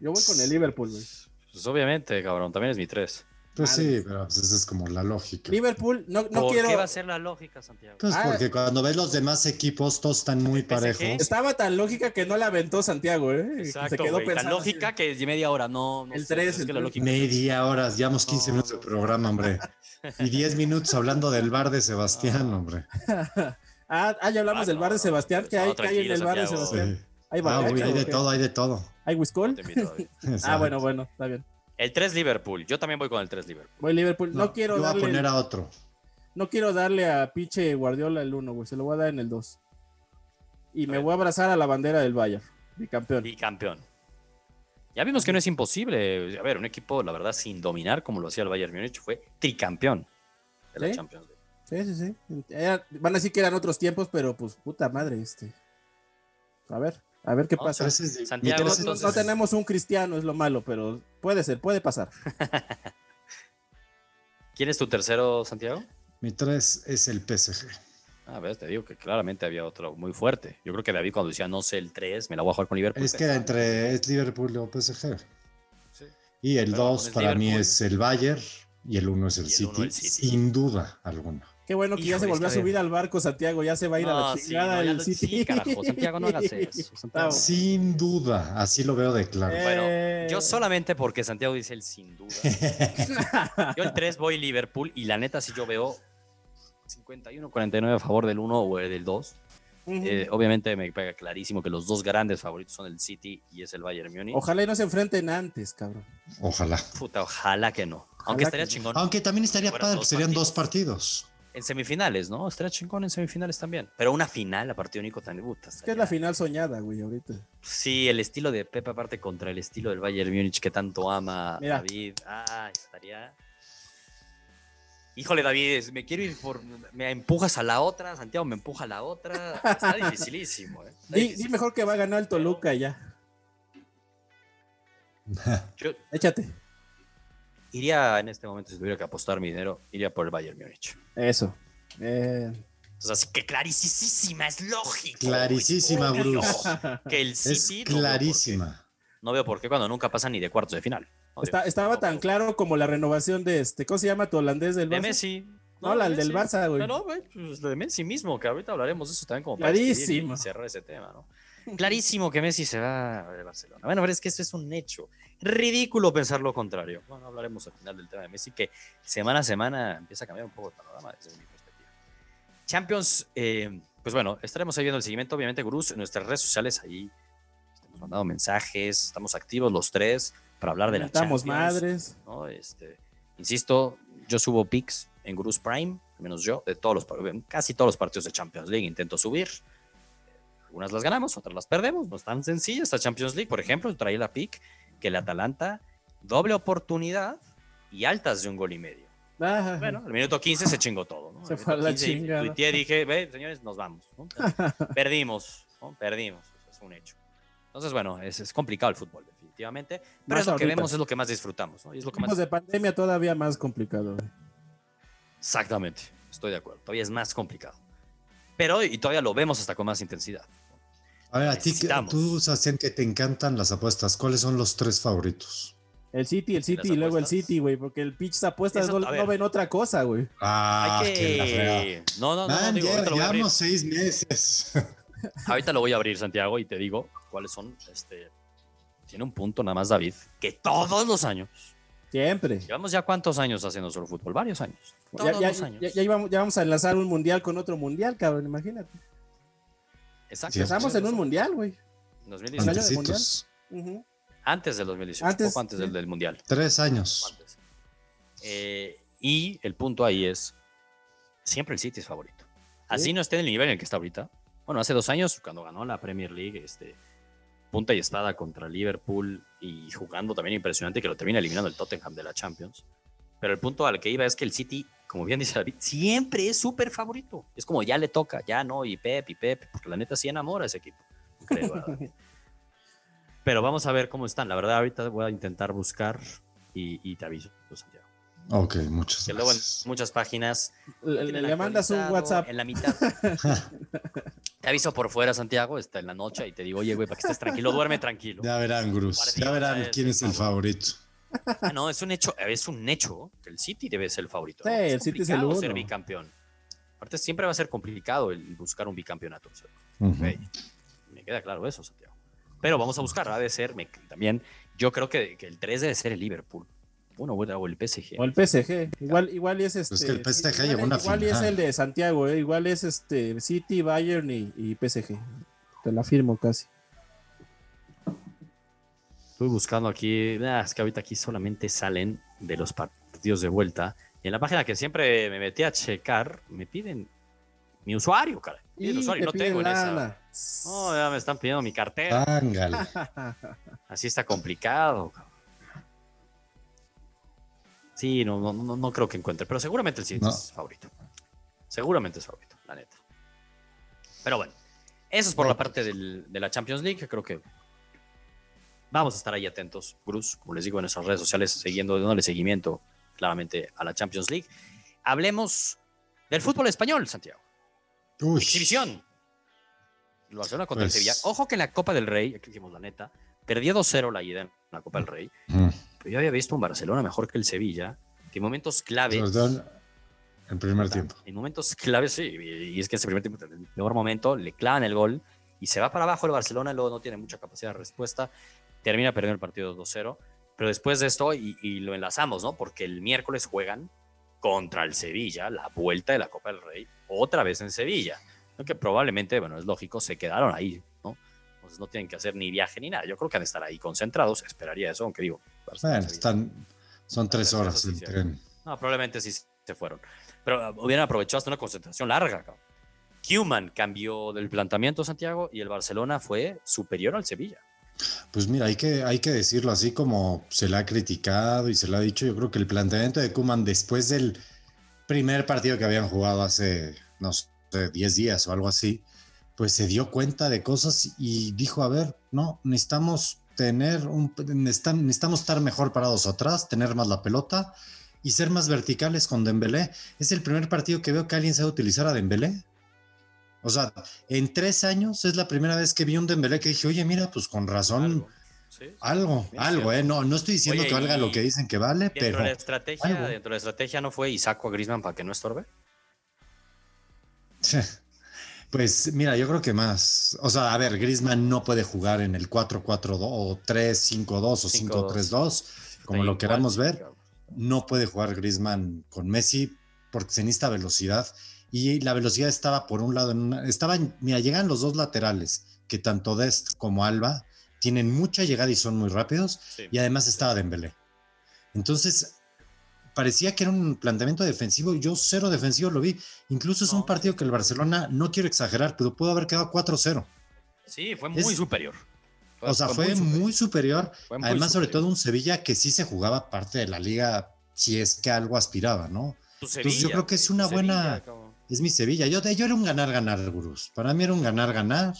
B: Yo voy con el Liverpool, güey.
A: Pues obviamente, cabrón, también es mi 3.
C: Pues
B: Madre.
C: sí, pero pues, esa es como la lógica.
B: Liverpool, no, no
A: ¿Por
B: quiero.
A: qué va a ser la lógica, Santiago?
C: Pues
B: Ah.
C: porque cuando ves los demás equipos, todos están muy
A: ¿El PSG?
C: parejos.
B: Estaba tan lógica que no la aventó Santiago, ¿eh?
A: Exacto, güey, la
B: pensando así.
A: lógica que es media hora, no. no
B: El
A: sé,
B: tres,
A: es
B: el
A: que la
B: tres.
A: lógica-
C: Media hora, llevamos 15
A: No.
C: minutos de programa, hombre. Y 10 minutos hablando del bar de Sebastián,
A: Ah.
C: hombre.
B: Ah, ah, ya hablamos
A: Ah,
B: del
A: no,
B: bar de
A: no,
B: Sebastián,
A: no,
B: que hay,
A: no,
B: que hay en el
A: tranquilo,
B: bar de
A: Santiago.
B: Sebastián.
C: Sí.
B: Hay
C: Ah,
B: barbacoa,
C: güey, hay de
B: ¿qué?
C: todo, hay de todo.
B: ¿Hay whiskol?
A: Te invito, David.
B: Ah,
C: Exacto.
B: bueno, bueno, está bien.
A: El 3 Liverpool. Yo también voy con el 3 Liverpool.
B: Voy Liverpool. No, quiero
C: yo voy
B: darle.
C: a poner a otro.
B: No quiero darle a pinche Guardiola el 1, güey. Se lo voy a dar en el 2. Y me
A: Bueno.
B: voy a abrazar a la bandera del Bayern, mi campeón.
A: Y campeón. Ya vimos que no es imposible. A ver, un equipo, la verdad, sin dominar como lo hacía el Bayern Múnich, fue tricampeón de la
B: ¿Sí?
A: Champions League.
B: Sí, sí, sí. Era- van a decir que eran otros tiempos, pero pues puta madre, este. A ver, a ver qué
A: No,
B: pasa.
A: tres-
C: Tres es de-
A: Santiago,
C: mi tres es-
B: No,
A: entonces-
B: no tenemos un cristiano, es lo malo, pero puede ser, puede pasar.
A: ¿Quién es tu tercero, Santiago?
C: mi tres es el PSG.
A: A ver, te digo que claramente había otro muy fuerte. Yo creo que David cuando decía no sé el 3, me la voy a jugar con Liverpool.
C: Es que
A: pensaba-
C: entre es Liverpool o PSG.
A: Sí.
C: Y el
A: Pero
C: 2
A: es
C: para mí
A: Liverpool.
C: es el Bayern y el 1 es el,
A: Y el uno
C: City,
A: el City.
C: sin duda alguna.
B: Qué bueno que ya se
A: Híjole,
B: volvió a
A: está
B: subir
A: bien.
B: al barco Santiago, ya se va a ir a
A: No,
B: la
A: sí,
B: chingada
A: no, ya
B: el
A: lo-
B: City. Eh,
A: sí, carajo, Santiago, no hagas eso. Santiago.
B: Bravo.
C: Sin duda, así lo veo de
B: Eh.
C: claro.
A: Bueno, yo solamente porque Santiago dice el sin duda. Yo el 3 voy Liverpool y la neta si yo veo 51-49 a favor del 1 o del 2.
B: Ujú.
A: Eh, obviamente me pega clarísimo que los dos grandes favoritos son el City y es el Bayern Múnich.
B: Ojalá y no se enfrenten antes, cabrón.
C: Ojalá.
A: Puta, ojalá que no. Aunque
B: Ojalá
A: estaría
B: que
A: chingón.
C: Aunque también estaría
A: Fueron
C: padre,
A: dos
C: serían
A: partidos.
C: dos partidos.
A: En semifinales, ¿no? Estaría chingón en semifinales también. Pero una final a partido único tan puta,
B: Es que es la final soñada, güey, ahorita.
A: Sí, el estilo de Pepe aparte contra el estilo del Bayern Múnich que tanto ama
B: Mira.
A: David. Ah, estaría. Híjole, David, es- me quiero ir por. Me empujas a la otra, Santiago me empuja a la otra. Está dificilísimo, ¿eh? Está
B: Di,
A: difícil.
B: di mejor que va a ganar el Toluca ya.
A: Yo
B: Échate.
A: iría en este momento, si tuviera que apostar mi dinero, iría por el Bayern Múnich.
B: Eso. Eh,
A: Entonces, así que clarísima, es lógico.
C: Clarísima,
A: es obvio
C: Bruce.
A: Que el
C: Es
A: City. no veo por qué.
C: clarísima.
A: No veo por qué cuando nunca pasan ni de cuartos de final. No,
B: está-
A: digo,
B: estaba
A: no,
B: tan
A: no.
B: claro como la renovación de este. ¿Cómo se llama tu holandés del
A: De
B: Barça?
A: Messi.
B: No, la
A: de
B: del
A: Messi.
B: Barça, güey.
A: No, no, güey, pues, de Messi mismo, que ahorita hablaremos de eso también como para
B: Clarísimo.
A: despedir y cerrar ese tema, ¿no? Clarísimo que Messi se va de Barcelona. Bueno, pero es que eso es un hecho. Ridículo pensar lo contrario. Bueno, hablaremos al final del tema de Messi, que semana a semana empieza a cambiar un poco el panorama desde mi perspectiva. Champions, eh, pues bueno, estaremos ahí viendo el seguimiento, obviamente, Gurús, en nuestras redes sociales ahí. Estamos mandando mensajes, estamos activos los tres para hablar de la
B: Estamos
A: Champions.
B: madres.
A: ¿no? Este, insisto, yo subo pics en Gurus Prime, al menos yo, de todos los par- casi todos los partidos de Champions League intento subir. Algunas las ganamos, otras las perdemos, no es tan sencilla. Esta Champions League, por ejemplo, traí la pic que el Atalanta doble oportunidad y altas de un gol y medio.
B: Ah, Ajá.
A: Bueno, al minuto 15 se chingó todo. ¿no?
B: Se
A: Al
B: fue a
A: minuto
B: la
A: 15 y
B: chingada.
A: tuiteé, dije, ve, señores, nos vamos. ¿no? Perdimos, ¿no? perdimos, eso es un hecho. Entonces, bueno, es, es complicado el fútbol, definitivamente. Pero
B: Más
A: es lo que
B: ahorita.
A: vemos, es lo que más disfrutamos. ¿no? Y es lo que más
B: Tiempos de pandemia todavía más complicado. güey.
A: Exactamente, estoy de acuerdo. Todavía es más complicado. Pero y todavía lo vemos hasta con más intensidad.
C: A ver, a ti, que-
A: Necesitamos.
C: tú, Sacen, que te encantan las apuestas, ¿cuáles son los tres favoritos?
B: El City, el City
A: las
B: y luego el
A: apuestas?
B: City, güey, porque el pitch apuestas
A: Eso-
B: no,
A: a ver.
B: no ven otra cosa, güey.
C: Ah,
A: Hay
C: que la fregada.
A: que... No, no, no, no,
C: Man,
A: digo,
C: ya-
A: ahorita, lo voy a abrir.
C: llevamos seis meses.
A: Ahorita lo voy a abrir, Santiago, y te digo cuáles son. Este... Tiene un punto nada más David, que todos los años,
B: Siempre.
A: llevamos ya cuántos años haciendo solo fútbol, varios años. Todos
B: Ya, ya-
A: los años.
B: ya- ya íbamos- ya vamos a enlazar un mundial con otro mundial, cabrón, imagínate.
A: Exacto.
C: Sí,
B: Empezamos en un mundial, güey.
A: 2018.
B: año del
C: Antecitos.
B: Ujú.
A: Antes del 2018,
B: Antes,
A: poco antes
B: sí.
A: del, del Mundial.
C: Tres años.
A: antes. Eh, y el punto ahí es, siempre el City es favorito. Así
B: Sí.
A: no esté en el nivel en el que está ahorita. Bueno, hace dos años, cuando ganó la Premier League, este, punta y espada contra Liverpool y jugando también impresionante que lo termina eliminando el Tottenham de la Champions. Pero el punto al que iba es que el City, como bien dice David, siempre es súper favorito. Es como ya le toca, ya no, y Pep, y Pep, porque la neta sí enamora a ese equipo. creo, a David. Pero vamos a ver cómo están. La verdad, ahorita voy a intentar buscar y, y te aviso, Santiago.
C: Ok, muchas
A: Que luego en
C: gracias.
A: muchas páginas.
B: Le,
A: tienen
B: le- le mandas un
A: actualizado
B: WhatsApp.
A: En la mitad. Te aviso por fuera, Santiago, está en la noche y te digo, oye, güey, para que estés tranquilo, duerme tranquilo.
C: Ya verán, Gruz. Ya
A: Guardiola
C: verán
A: es
C: quién
A: el
C: es el favorito.
A: Ah, no, es un hecho, es un hecho que el City debe ser el favorito. ¿no?
B: Sí, el City es el
A: complicado ser
B: uno.
A: bicampeón. Aparte, siempre va a ser complicado el buscar un bicampeonato. o sea,
C: Ujú.
A: Güey, Me queda claro eso, Santiago. Pero vamos a buscar, ha de ser, me- también, yo creo que, que el 3 debe ser el Liverpool. Bueno, bueno, o el PSG.
B: O el PSG. Igual, igual y es este.
C: Pues que el PSG
B: igual-
C: llegó a una
B: Igual y es
C: final.
B: el de Santiago, eh, igual es este City, Bayern y, y PSG. Te la firmo casi.
A: Estoy buscando aquí, ah, es que ahorita aquí solamente salen de los partidos de vuelta. Y en la página que siempre me metí a checar, me piden mi usuario, cara. Mi usuario,
B: te
A: no
B: piden
A: tengo en esa.
B: lana.
A: No, ya me están pidiendo mi cartera.
C: Ángale.
A: Así está complicado. cabrón. Sí, no, no, no, no creo que encuentre, pero seguramente el siguiente
C: No.
A: es favorito. Seguramente es favorito, la neta. Pero bueno, Eso es por la parte del- de la Champions League. Creo que vamos a estar ahí atentos, Cruz, como les digo en nuestras redes sociales, siguiendo, dándole seguimiento claramente a la Champions League. Hablemos del fútbol español, Santiago.
C: Uy,
A: Exhibición. El Barcelona contra
C: Pues-
A: el Sevilla. Ojo que en la Copa del Rey, aquí dijimos la neta, perdió 2-0 la ida en la Copa del Rey.
C: mm,
A: Pero yo había visto un Barcelona mejor que el Sevilla, que en momentos clave.
C: Sobre todo en- en primer tiempo.
A: En momentos claves, sí. Y es que en ese primer tiempo, en el peor momento, le clavan el gol y se va para abajo el Barcelona. Luego no tiene mucha capacidad de respuesta. Termina perdiendo el partido 2-0. Pero después de esto, y, y lo enlazamos, ¿no? Porque el miércoles juegan contra el Sevilla, la vuelta de la Copa del Rey, otra vez en Sevilla. ¿no? Que probablemente, bueno, es lógico, se quedaron ahí, ¿no? Entonces no tienen que hacer ni viaje ni nada. Yo creo que han de estar ahí concentrados. Esperaría eso, aunque digo. Barcelona,
C: Bueno,
A: Sevilla.
C: están, son tres
A: Eso
C: horas
A: sí,
C: el
A: sí.
C: tren.
A: No, probablemente sí se fueron. Pero ah, hubieran aprovechado hasta una concentración larga. cabrón. Koeman cambió del planteamiento Santiago y el Barcelona fue superior al Sevilla.
C: Pues mira, hay que, hay que decirlo así como se le ha criticado y se le ha dicho. Yo creo que el planteamiento de Kuman después del primer partido que habían jugado hace, no sé, 10 días o algo así, pues se dio cuenta de cosas y dijo, a ver, no, necesitamos tener un, necesitam- necesitamos estar mejor parados atrás, tener más la pelota y ser más verticales con Dembélé. Es el primer partido que veo que alguien sabe utilizar a Dembélé. O sea, en tres años es la primera vez que vi un Dembélé que dije, oye, mira, pues con razón
A: Algo. Sí.
C: algo,
A: Sí, es
C: algo,
A: cierto.
C: ¿eh? No, no estoy diciendo
A: Oye,
C: que valga
A: y-
C: lo que dicen que vale,
A: Dentro,
C: pero
A: de la estrategia,
C: algo.
A: dentro de la estrategia no fue y saco a Griezmann para que no estorbe.
C: pues mira, yo creo que más. O sea, a ver, Griezmann no puede jugar en el 4-4-2 o 3-5-2 o 5-3-2, como
A: Ahí
C: lo
A: igual,
C: queramos ver.
A: cabrón.
C: No puede jugar Griezmann con Messi porque se necesita velocidad y la velocidad estaba por un lado en una- estaban, mira, llegan los dos laterales, que tanto Dest como Alba tienen mucha llegada y son muy rápidos.
A: Sí.
C: y además estaba Dembélé. Entonces, parecía que era un planteamiento defensivo, yo cero defensivo lo vi. Incluso es
A: No,
C: un partido que el Barcelona, no quiero exagerar, pero pudo haber quedado 4-0.
A: Sí, fue muy
C: Es-
A: superior.
C: O sea, fue,
A: superior.
C: muy, superior.
A: Fue muy
C: Además, sobre
A: superior.
C: todo un Sevilla que sí se jugaba parte de la liga, si es que algo aspiraba, ¿no?
A: Tu
C: yo
A: Sevilla,
C: creo que es
A: güey,
C: una
A: tu
C: buena-
A: Sevilla, cabrón.
C: Es mi Sevilla. Yo, yo era un ganar-ganar, gurús. Para mí era un ganar-ganar.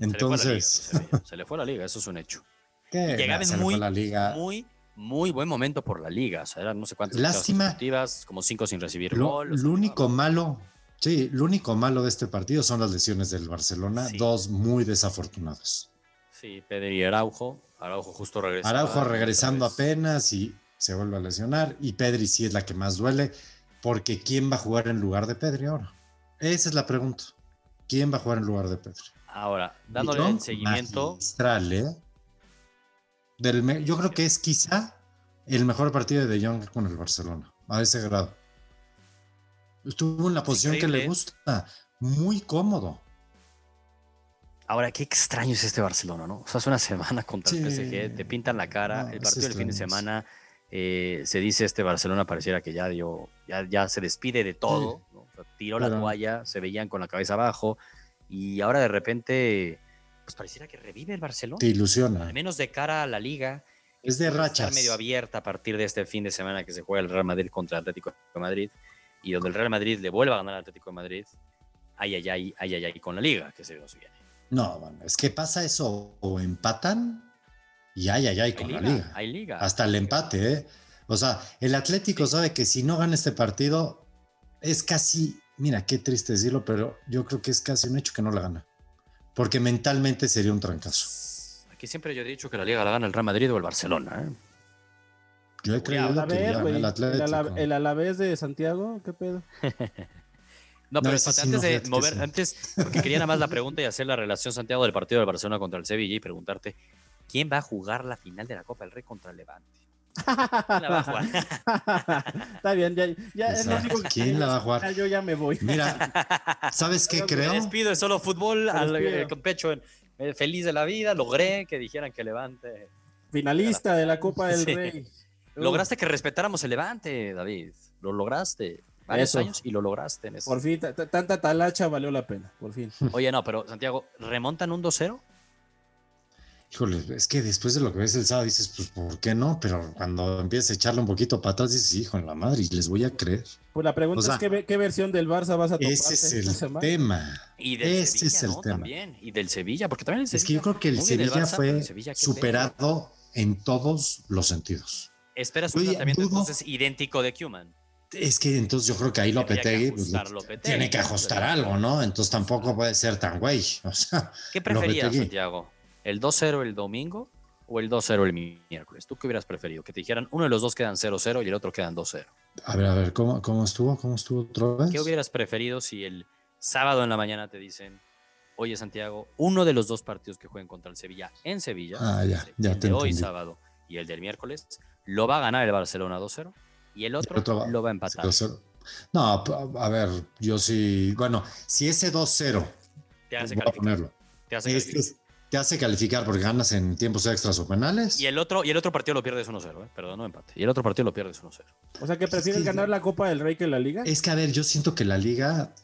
C: Entonces,
A: Se le fue la liga, tu Sevilla. se le fue la liga, eso es un hecho.
C: ¿qué?
A: Llegaban
C: Se le fue
A: muy,
C: la liga.
A: muy, muy buen momento por la liga. O sea, eran no sé cuántas victorias
C: Lástima.
A: consecutivas, como cinco sin recibir
C: Lo,
A: gol. o sea,
C: lo único malo, sí, lo único malo de este partido son las lesiones del Barcelona,
A: Sí.
C: dos muy desafortunados.
A: Sí, Pedri y Araujo. Araujo justo regresando.
C: Araujo regresando apenas y se vuelve a lesionar, y Pedri sí es la que más duele, porque ¿quién va a jugar en lugar de Pedri ahora? Esa es la pregunta. ¿Quién va a jugar en lugar de Pedri?
A: Ahora, dándole
C: Militón,
A: el seguimiento.
C: magistral, ¿eh? Del me- yo creo que es quizá el mejor partido de De Jong con el Barcelona, a ese grado. Estuvo en la posición que
A: increíble,
C: le
A: ¿eh?
C: gusta, muy cómodo.
A: Ahora, qué extraño es este Barcelona, ¿no? O sea, hace una semana contra el
C: Sí.
A: PSG, te pintan la cara.
C: No,
A: el
C: es
A: partido del fin de
C: extraño, sí.
A: semana eh, se dice este Barcelona pareciera que ya dio, ya, ya se despide de todo. ¿no? O sea, tiró la
C: Pero-
A: toalla, se veían con la cabeza abajo. Y ahora de repente, pues pareciera que revive el Barcelona.
C: Te ilusiona.
A: al menos de cara a la liga, pues,
C: Es de
A: va a estar
C: rachas.
A: medio abierta a partir de este fin de semana que se juega el Real Madrid contra Atlético de Madrid y donde el Real Madrid le vuelva a ganar al Atlético de Madrid, ay, ay, ay, ay, ay, ay, con la liga que se nos viene.
C: No, bueno, es que pasa eso o empatan y ay, ay, ay
A: Hay
C: con
A: liga,
C: la liga.
A: hay liga.
C: Hasta el empate, ¿eh? O sea, el Atlético sabe que si no gana este partido, es casi, mira, qué triste decirlo, pero yo creo que es casi un hecho que no la gana. Porque mentalmente sería un trancazo.
A: Aquí siempre yo he dicho que la liga la gana el Real Madrid o el Barcelona. ¿eh?
C: Yo he
A: Voy a
C: creído
A: hablar
C: que
B: Alavés,
C: ya gana
B: güey.
C: el Atlético.
B: El, ala- el Alavés de Santiago, ¿qué pedo?
A: No, pero
C: ese
A: espérate,
C: sí, no,
A: antes
C: fíjate
A: de
C: que
A: mover,
C: sí.
A: antes, porque quería nada más la pregunta y hacer la relación Santiago del partido del Barcelona contra el Sevilla y preguntarte, ¿quién va a jugar la final de la Copa del Rey contra el Levante? ¿Quién la va a jugar?
B: Está bien, ya, ya es lo
C: Exacto.
B: único que
C: Pues, ¿Quién la va a
B: Ya,
C: jugar?
B: yo ya me voy.
C: Mira, ¿sabes qué
B: Me
A: Me
C: creo?
A: despido de solo fútbol al,
B: despido.
A: eh, con pecho en- eh, feliz de la vida. Logré que dijeran que levante.
B: Finalista de la Copa del
A: Sí.
B: Rey. Uy,
A: Lograste que respetáramos el levante, David. Lo lograste. Varios
B: Eso.
A: años y lo lograste en eso.
B: Por fin, ta- ta- tanta talacha valió la pena, por fin.
A: Oye, no, pero Santiago, ¿remontan un 2-0?
C: Híjole, es que después de lo que ves el sábado dices, pues, ¿por qué no? Pero cuando empiezas a echarle un poquito para atrás dices, hijo, en la madre, y les voy a creer.
B: Pues la pregunta
C: O sea,
B: es qué, ve- qué versión del Barça vas a tomar
C: Ese es el tema.
A: Y del
C: Ese
A: Sevilla,
C: es el
A: ¿no?
C: tema.
A: También. Y del Sevilla, porque también el Sevilla.
C: Es que yo creo que el
A: muy bien
C: Sevilla
A: Barça, pero
C: fue
A: el Sevilla, qué pena.
C: superado en todos los sentidos.
A: Esperas un
C: Oye,
A: tratamiento
C: dudo-
A: entonces idéntico de Cuman.
C: Es que entonces yo creo que ahí Lopetegui, pues, tiene que ajustar algo, ¿no? Entonces tampoco puede ser tan güey. O sea,
A: ¿Qué preferías,
C: Lopetegui.
A: Santiago? ¿El 2-0 el domingo o el 2-0 el mi- miércoles? ¿Tú qué hubieras preferido? Que te dijeran uno de los dos quedan 0-0 y el otro quedan 2-0.
C: a ver, a ver, ¿cómo, cómo estuvo? ¿Cómo estuvo otra vez?
A: ¿Qué hubieras preferido si el sábado en la mañana te dicen, oye Santiago, uno de los dos partidos que jueguen contra el Sevilla en Sevilla,
C: Ah, ya,
A: el
C: ya
A: de
C: te
A: hoy
C: entendí.
A: sábado y el del miércoles, lo va a ganar el Barcelona 2-0 y el otro,
C: otro va-
A: lo va a empatar?
C: 0-0. No, a ver, yo sí, bueno, si ese 2-0,
A: Te hace
C: voy a
A: calificar,
C: ponerlo,
A: te hace
C: este
A: calificar.
C: es- te hace calificar porque ganas en tiempos extras o penales.
A: Y el otro, y el otro partido lo pierdes 1-0, ¿eh? perdón, no empate. Y el otro partido lo pierdes 1-0.
B: O sea, que prefieres
C: Sí, Eh,
B: ganar la Copa del Rey que la Liga.
C: Es que, a ver, yo siento que la liga,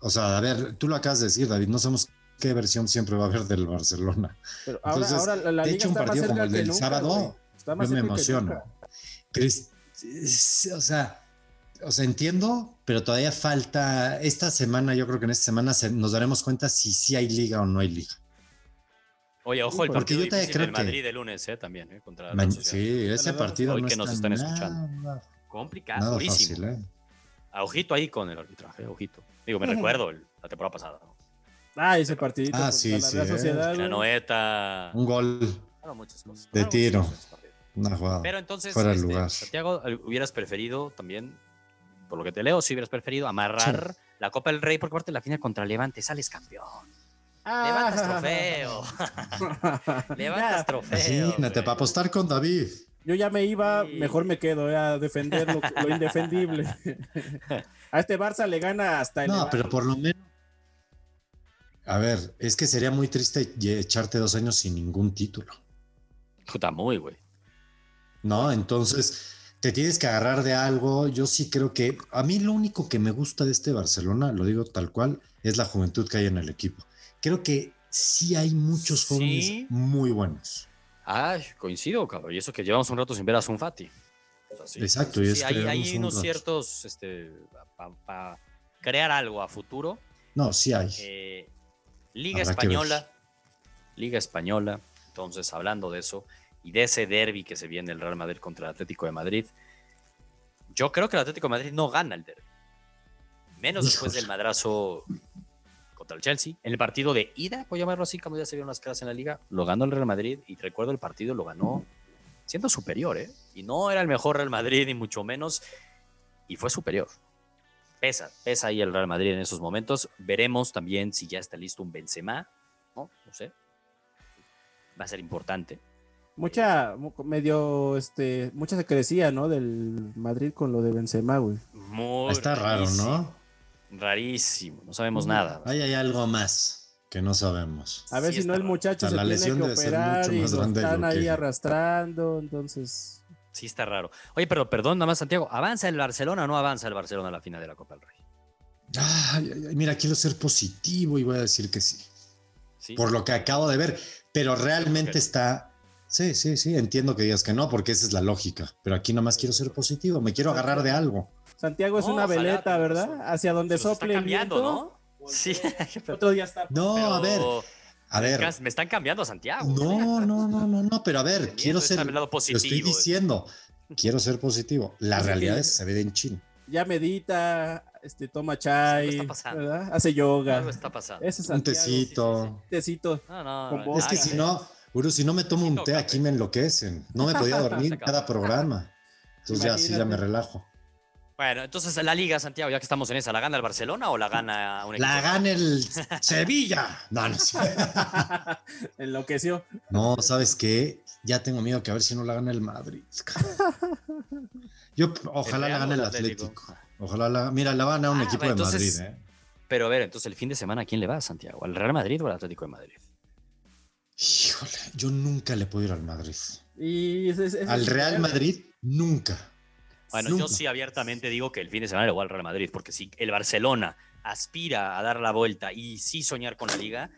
C: o sea, a ver, tú lo acabas de decir, David, no sabemos qué versión siempre va a haber del Barcelona.
B: Pero ahora,
C: entonces,
B: ahora la, la
C: pues de
B: Liga
C: hecho, un
B: está más
C: partido como
B: cerca
C: el
B: que
C: del
B: nunca,
C: sábado,
B: güey. Está más
C: yo me
B: cerca que
C: emociono.
B: nunca.
C: Pero es, es- o sea, o sea, entiendo, pero todavía falta, esta semana, yo creo que en esta semana se- nos daremos cuenta si sí hay liga o no hay liga.
A: Oye, ojo, el
C: Porque
A: partido
C: yo te
A: difícil del
C: creo que-
A: Madrid el lunes, ¿eh? También, ¿eh? Contra la
C: Man-
A: Real Sociedad.
C: sí, ese
B: Hoy
C: partido no
A: que nos
C: está
A: están escuchando.
C: nada-
A: Complicado,
C: Nada
A: durísimo.
C: fácil, ¿eh?
A: A ojito ahí con el arbitraje, ojito. Digo, me
B: Ujú.
A: recuerdo el- la temporada pasada. ¿no?
B: Ah, ese partidito.
C: Ah,
B: contra
C: sí,
B: la
C: sí,
B: Real
C: eh.
B: Sociedad,
A: La
B: güey.
A: noeta.
C: Un gol,
A: Claro, muchas cosas.
C: De
A: Claro,
C: tiro.
A: muchas cosas, partido.
C: una jugada.
A: Pero entonces,
C: Fuera de
A: este,
C: lugar.
A: Santiago, al- hubieras preferido también, por lo que te leo, si hubieras preferido amarrar la Copa del Rey, porque aparte la final contra Levante, sales campeón. Levantas
B: Ah,
A: trofeo. Levantas trofeo.
C: Imagínate,
A: güey.
C: para apostar con David.
B: Yo ya me iba,
A: Sí.
B: mejor me quedo eh, a defender lo, lo indefendible. a este Barça le gana hasta el.
C: No,
B: Levante.
C: pero por lo menos. A ver, es que sería muy triste ye- echarte dos años sin ningún título,
A: Puta, muy, güey.
C: ¿no? Entonces, te tienes que agarrar de algo. Yo sí creo que. A mí lo único que me gusta de este Barcelona, lo digo tal cual, es la juventud que hay en el equipo. Creo que sí hay muchos jóvenes
A: Sí.
C: muy buenos.
A: Ay, Ah, coincido, cabrón. Y eso que llevamos un rato sin ver a Sunfati. O sea, sí.
C: Exacto, y
A: Sí,
C: es
A: hay,
C: que
A: hay
C: llevamos un
A: unos
C: rato.
A: ciertos, este, para crear algo a futuro.
C: No, sí hay.
A: Eh, Liga
C: Habrá que ver.
A: Española, Liga Española. Entonces, hablando de eso y de ese derby que se viene el Real Madrid contra el Atlético de Madrid, yo creo que el Atlético de Madrid no gana el derby. Menos después
C: Híjole.
A: del madrazo contra el Chelsea. En el partido de ida, por llamarlo así, como ya se vieron las caras en la liga, lo ganó el Real Madrid y te recuerdo el partido lo ganó siendo superior, ¿eh? Y no era el mejor Real Madrid, ni mucho menos, y fue superior. Pesa, pesa ahí el Real Madrid en esos momentos. Veremos también si ya está listo un Benzema, ¿no? No sé. Va a ser importante.
B: Mucha, mu- medio, este, mucha se crecía, ¿no? Del Madrid con lo de Benzema, güey.
A: Muy
C: Está raro, ¿no?
A: rarísimo,
C: Mm.
A: Rarísimo, no sabemos
B: Ujú.
A: nada.
C: Ahí hay algo más que no sabemos.
B: A ver
A: Sí,
B: si
A: está
B: no el
A: raro.
B: muchacho
C: O sea,
B: se
C: la
B: tiene
C: lesión
B: que
C: debe ser
B: operar
C: mucho
B: y
C: más
B: lo
C: grande de lo
B: están ahí
C: que-
B: arrastrando, entonces.
A: Sí está raro. Oye, pero perdón, nada más Santiago, ¿avanza el Barcelona o no avanza el Barcelona a la final de la Copa del Rey?
C: Ay, ay, ay, mira, quiero ser positivo y voy a decir que sí.
A: ¿Sí?
C: por lo que acabo de ver, pero realmente
A: Ok.
C: está... Sí, sí, sí, entiendo que digas que no, porque esa es la lógica, pero aquí nomás quiero ser positivo, me quiero agarrar de algo.
B: Santiago es
A: No,
B: una
A: ojalá,
B: veleta,
A: pero
B: ¿verdad?
A: eso-
B: Hacia donde
A: Se los está
B: sople el
A: cambiando,
B: viento.
A: ¿no? Sí. pero-
B: Otro día está.
C: No, a ver,
A: pero ah,
C: a ver.
A: Me están cambiando a Santiago.
C: No, no, no, no, no, pero a ver,
A: Entendiendo,
C: quiero
A: está
C: ser...
A: del lado
C: Lo estoy
A: positivo.
C: diciendo, quiero ser positivo. La
B: Así
C: realidad
B: que-
C: es que se ve en China.
B: Ya medita, este, toma chai,
A: Algo está pasando.
B: ¿verdad? Hace yoga.
A: Algo está pasando.
B: Ese es
C: Un
B: Santiago.
C: tecito.
B: Tecito.
A: No, no,
B: Con
A: no,
B: vos.
C: Es Eh, que
A: nada.
C: si no, Uru, si no me tomo un té, aquí me enloquecen. No me podía dormir cada programa. Entonces ya, sí, ya me relajo.
A: Bueno, entonces la liga, Santiago, ya que estamos en esa, ¿la gana el Barcelona o la gana un equipo?
C: La gana el Sevilla. No, no sé.
B: Enloqueció.
C: No, ¿sabes qué? Ya tengo miedo que a ver si no la gana el Madrid. cabrón. Yo, ojalá la gane el Atlético. Ojalá la. Mira, la van a un
A: Ah,
C: equipo
A: bueno,
C: de
A: entonces-
C: Madrid, ¿eh?
A: Pero a ver, entonces el fin de semana, ¿a quién le va, Santiago? ¿Al Real Madrid o al Atlético de Madrid?
C: ¿eh? Híjole, yo nunca le puedo ir al Madrid.
B: Y ese- ese-
C: Al Real Madrid, nunca.
A: Bueno, yo
C: Nunca.
A: sí abiertamente digo que el fin de semana le voy al Real Madrid, porque si el Barcelona aspira a dar la vuelta y sí soñar con la liga,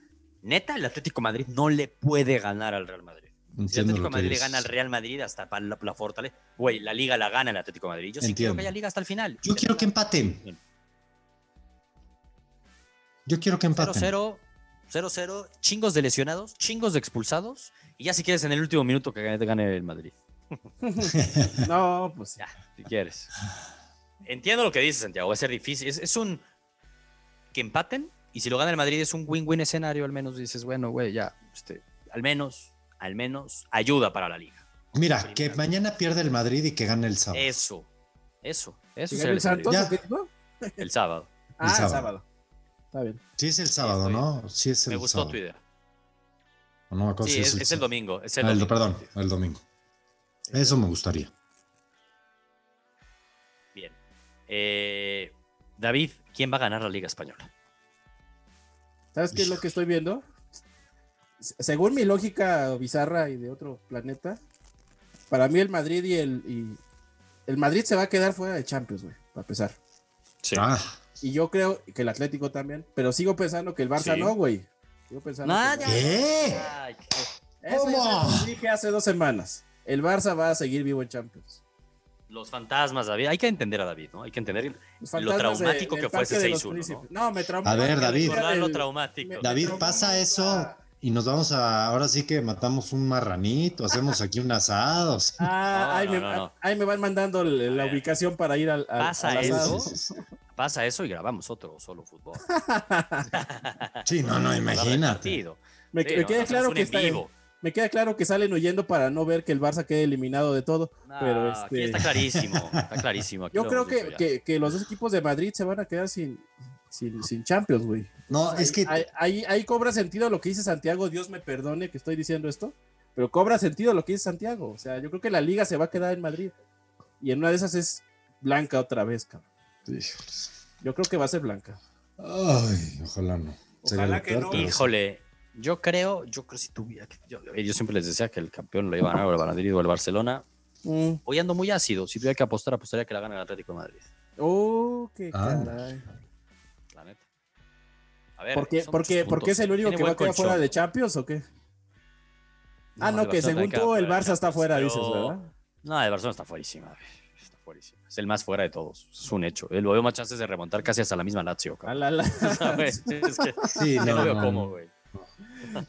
A: Neta, el Atlético de Madrid no le puede ganar al Real Madrid. Si el
C: Entiendo
A: Atlético
C: lo
A: de
C: que
A: Madrid le
C: dices.
A: gana al Real Madrid hasta para la, la fortaleza. Güey, la liga la gana el Atlético de Madrid. Yo sí quiero
C: Entiendo.
A: que haya liga hasta el final.
C: Yo quiero que empaten. Yo quiero que empaten.
A: 0-0, 0-0, chingos de lesionados, chingos de expulsados. Y ya si quieres en el último minuto que gane, gane el Madrid.
B: No, pues
A: Ya, si quieres. Entiendo lo que dices, Santiago. Va a ser difícil. Es, es un. Que empaten. Y si lo gana el Madrid es un win-win escenario. Al menos dices, bueno, güey, ya. este, al menos, al menos, ayuda para la liga.
C: Mira, que mañana pierde el Madrid y que gane el sábado.
A: Eso. Eso. Eso
B: ¿que
A: será
B: gane
A: el,
B: el
A: escenario.
B: Santos
C: Ya.
B: o qué dijo?
A: El sábado.
B: Ah, el
C: sábado.
B: sábado. Está bien.
C: Sí es el sábado,
A: estoy-
C: ¿no? Sí es el
A: Me gustó
C: sábado.
A: tu idea.
C: O No me acuerdo
A: Sí,
C: si
A: es, es el
C: sábado.
A: domingo. Es el
C: Ah, el
A: domingo.
C: do- perdón, el domingo. Eso me gustaría.
A: Bien. Eh, David, ¿quién va a ganar la Liga Española?
B: ¿Sabes qué es lo que estoy viendo? Se- Según mi lógica bizarra y de otro planeta, para mí el Madrid y el. y- el Madrid se va a quedar fuera de Champions, güey, para empezar.
A: Sí.
C: Ah,
B: Y yo creo que el Atlético también, pero sigo pensando que el Barça
A: Sí.
B: no, güey. Sigo pensando.
A: Nada.
B: que
C: ¿qué?
A: Ay, qué-
B: no. Eso ya
C: ¿Cómo?
B: se los dije hace dos semanas. El Barça va a seguir vivo en Champions.
A: Los fantasmas, David. Hay que entender a David, ¿no? Hay que entender.
B: Los
A: Lo
B: fantasmas
A: traumático que fue
B: Parque
A: ese
B: de los
A: 6-1,
B: Príncipes. No, me traumó.
C: A ver, David.
A: recordar lo traumático.
C: David, pasa eso y nos vamos a. Ahora sí que matamos un marranito, hacemos aquí un asado. sí.
B: Ah,
A: No,
B: ahí,
A: no,
B: me,
A: no, no.
B: ahí me van mandando el- la
A: ver.
B: ubicación para ir al. al
A: Pasa
B: al asado.
A: eso. Pasa eso y grabamos otro solo fútbol.
C: Sí, no, no, imagínate.
A: Partido.
B: Me,
A: Ah, Sí,
B: me
A: no,
B: queda
A: hacemos
B: claro
A: un
B: que
A: en
B: está,
A: vivo.
B: me queda claro que salen huyendo para no ver que el Barça quede eliminado de todo.
A: No,
B: pero
A: Aquí
B: este,
A: está clarísimo. Está clarísimo. aquí
B: yo
A: lo
B: creo
A: hemos
B: que,
A: dicho ya.
B: que- que los dos equipos de Madrid se van a quedar sin, sin, sin Champions, güey.
C: No, es que.
B: Ahí, ahí- ahí cobra sentido lo que dice Santiago, Dios me perdone que estoy diciendo esto, pero cobra sentido lo que dice Santiago. O sea, yo creo que la liga se va a quedar en Madrid. Y en una de esas es blanca otra vez, cabrón. Yo creo que va a ser blanca.
C: Ay, ojalá no. Sería
B: Ojalá
C: lo
B: que
C: peor,
B: no.
C: pero sí.
A: Híjole, yo creo, yo creo si tuviera que- yo, yo siempre les decía que el campeón lo iba a ganar o el Madrid o el Barcelona.
B: Mm.
A: Hoy ando muy ácido. Si tuviera que apostar, apostaría que la gana el Atlético de Madrid.
B: Oh, qué
C: Ah.
B: caray.
A: La neta. A ver,
B: ¿Por qué,
A: son
B: por
A: muchos
B: qué- por qué
A: puntos.
B: es el único
A: Tiene
B: que va
A: buen
B: a quedar fuera
A: colchón.
B: de Champions o qué? Ah, no,
A: el
B: que
A: Barcelona
B: según
A: queda
B: tú el
A: fuera de
B: Barça está
A: Champions,
B: fuera,
A: pero-
B: dices, ¿verdad?
A: No, el Barcelona está fuerísima. güey. Está fuerísima. Es el más fuera de todos. Es un hecho. Lo veo más chances de remontar casi hasta la misma Lazio.
B: Ah,
A: cabrón.
B: la, la.
A: O sea, güey, es que
C: Sí,
A: yo
C: no,
A: no veo
C: no,
A: cómo,
C: no.
A: güey.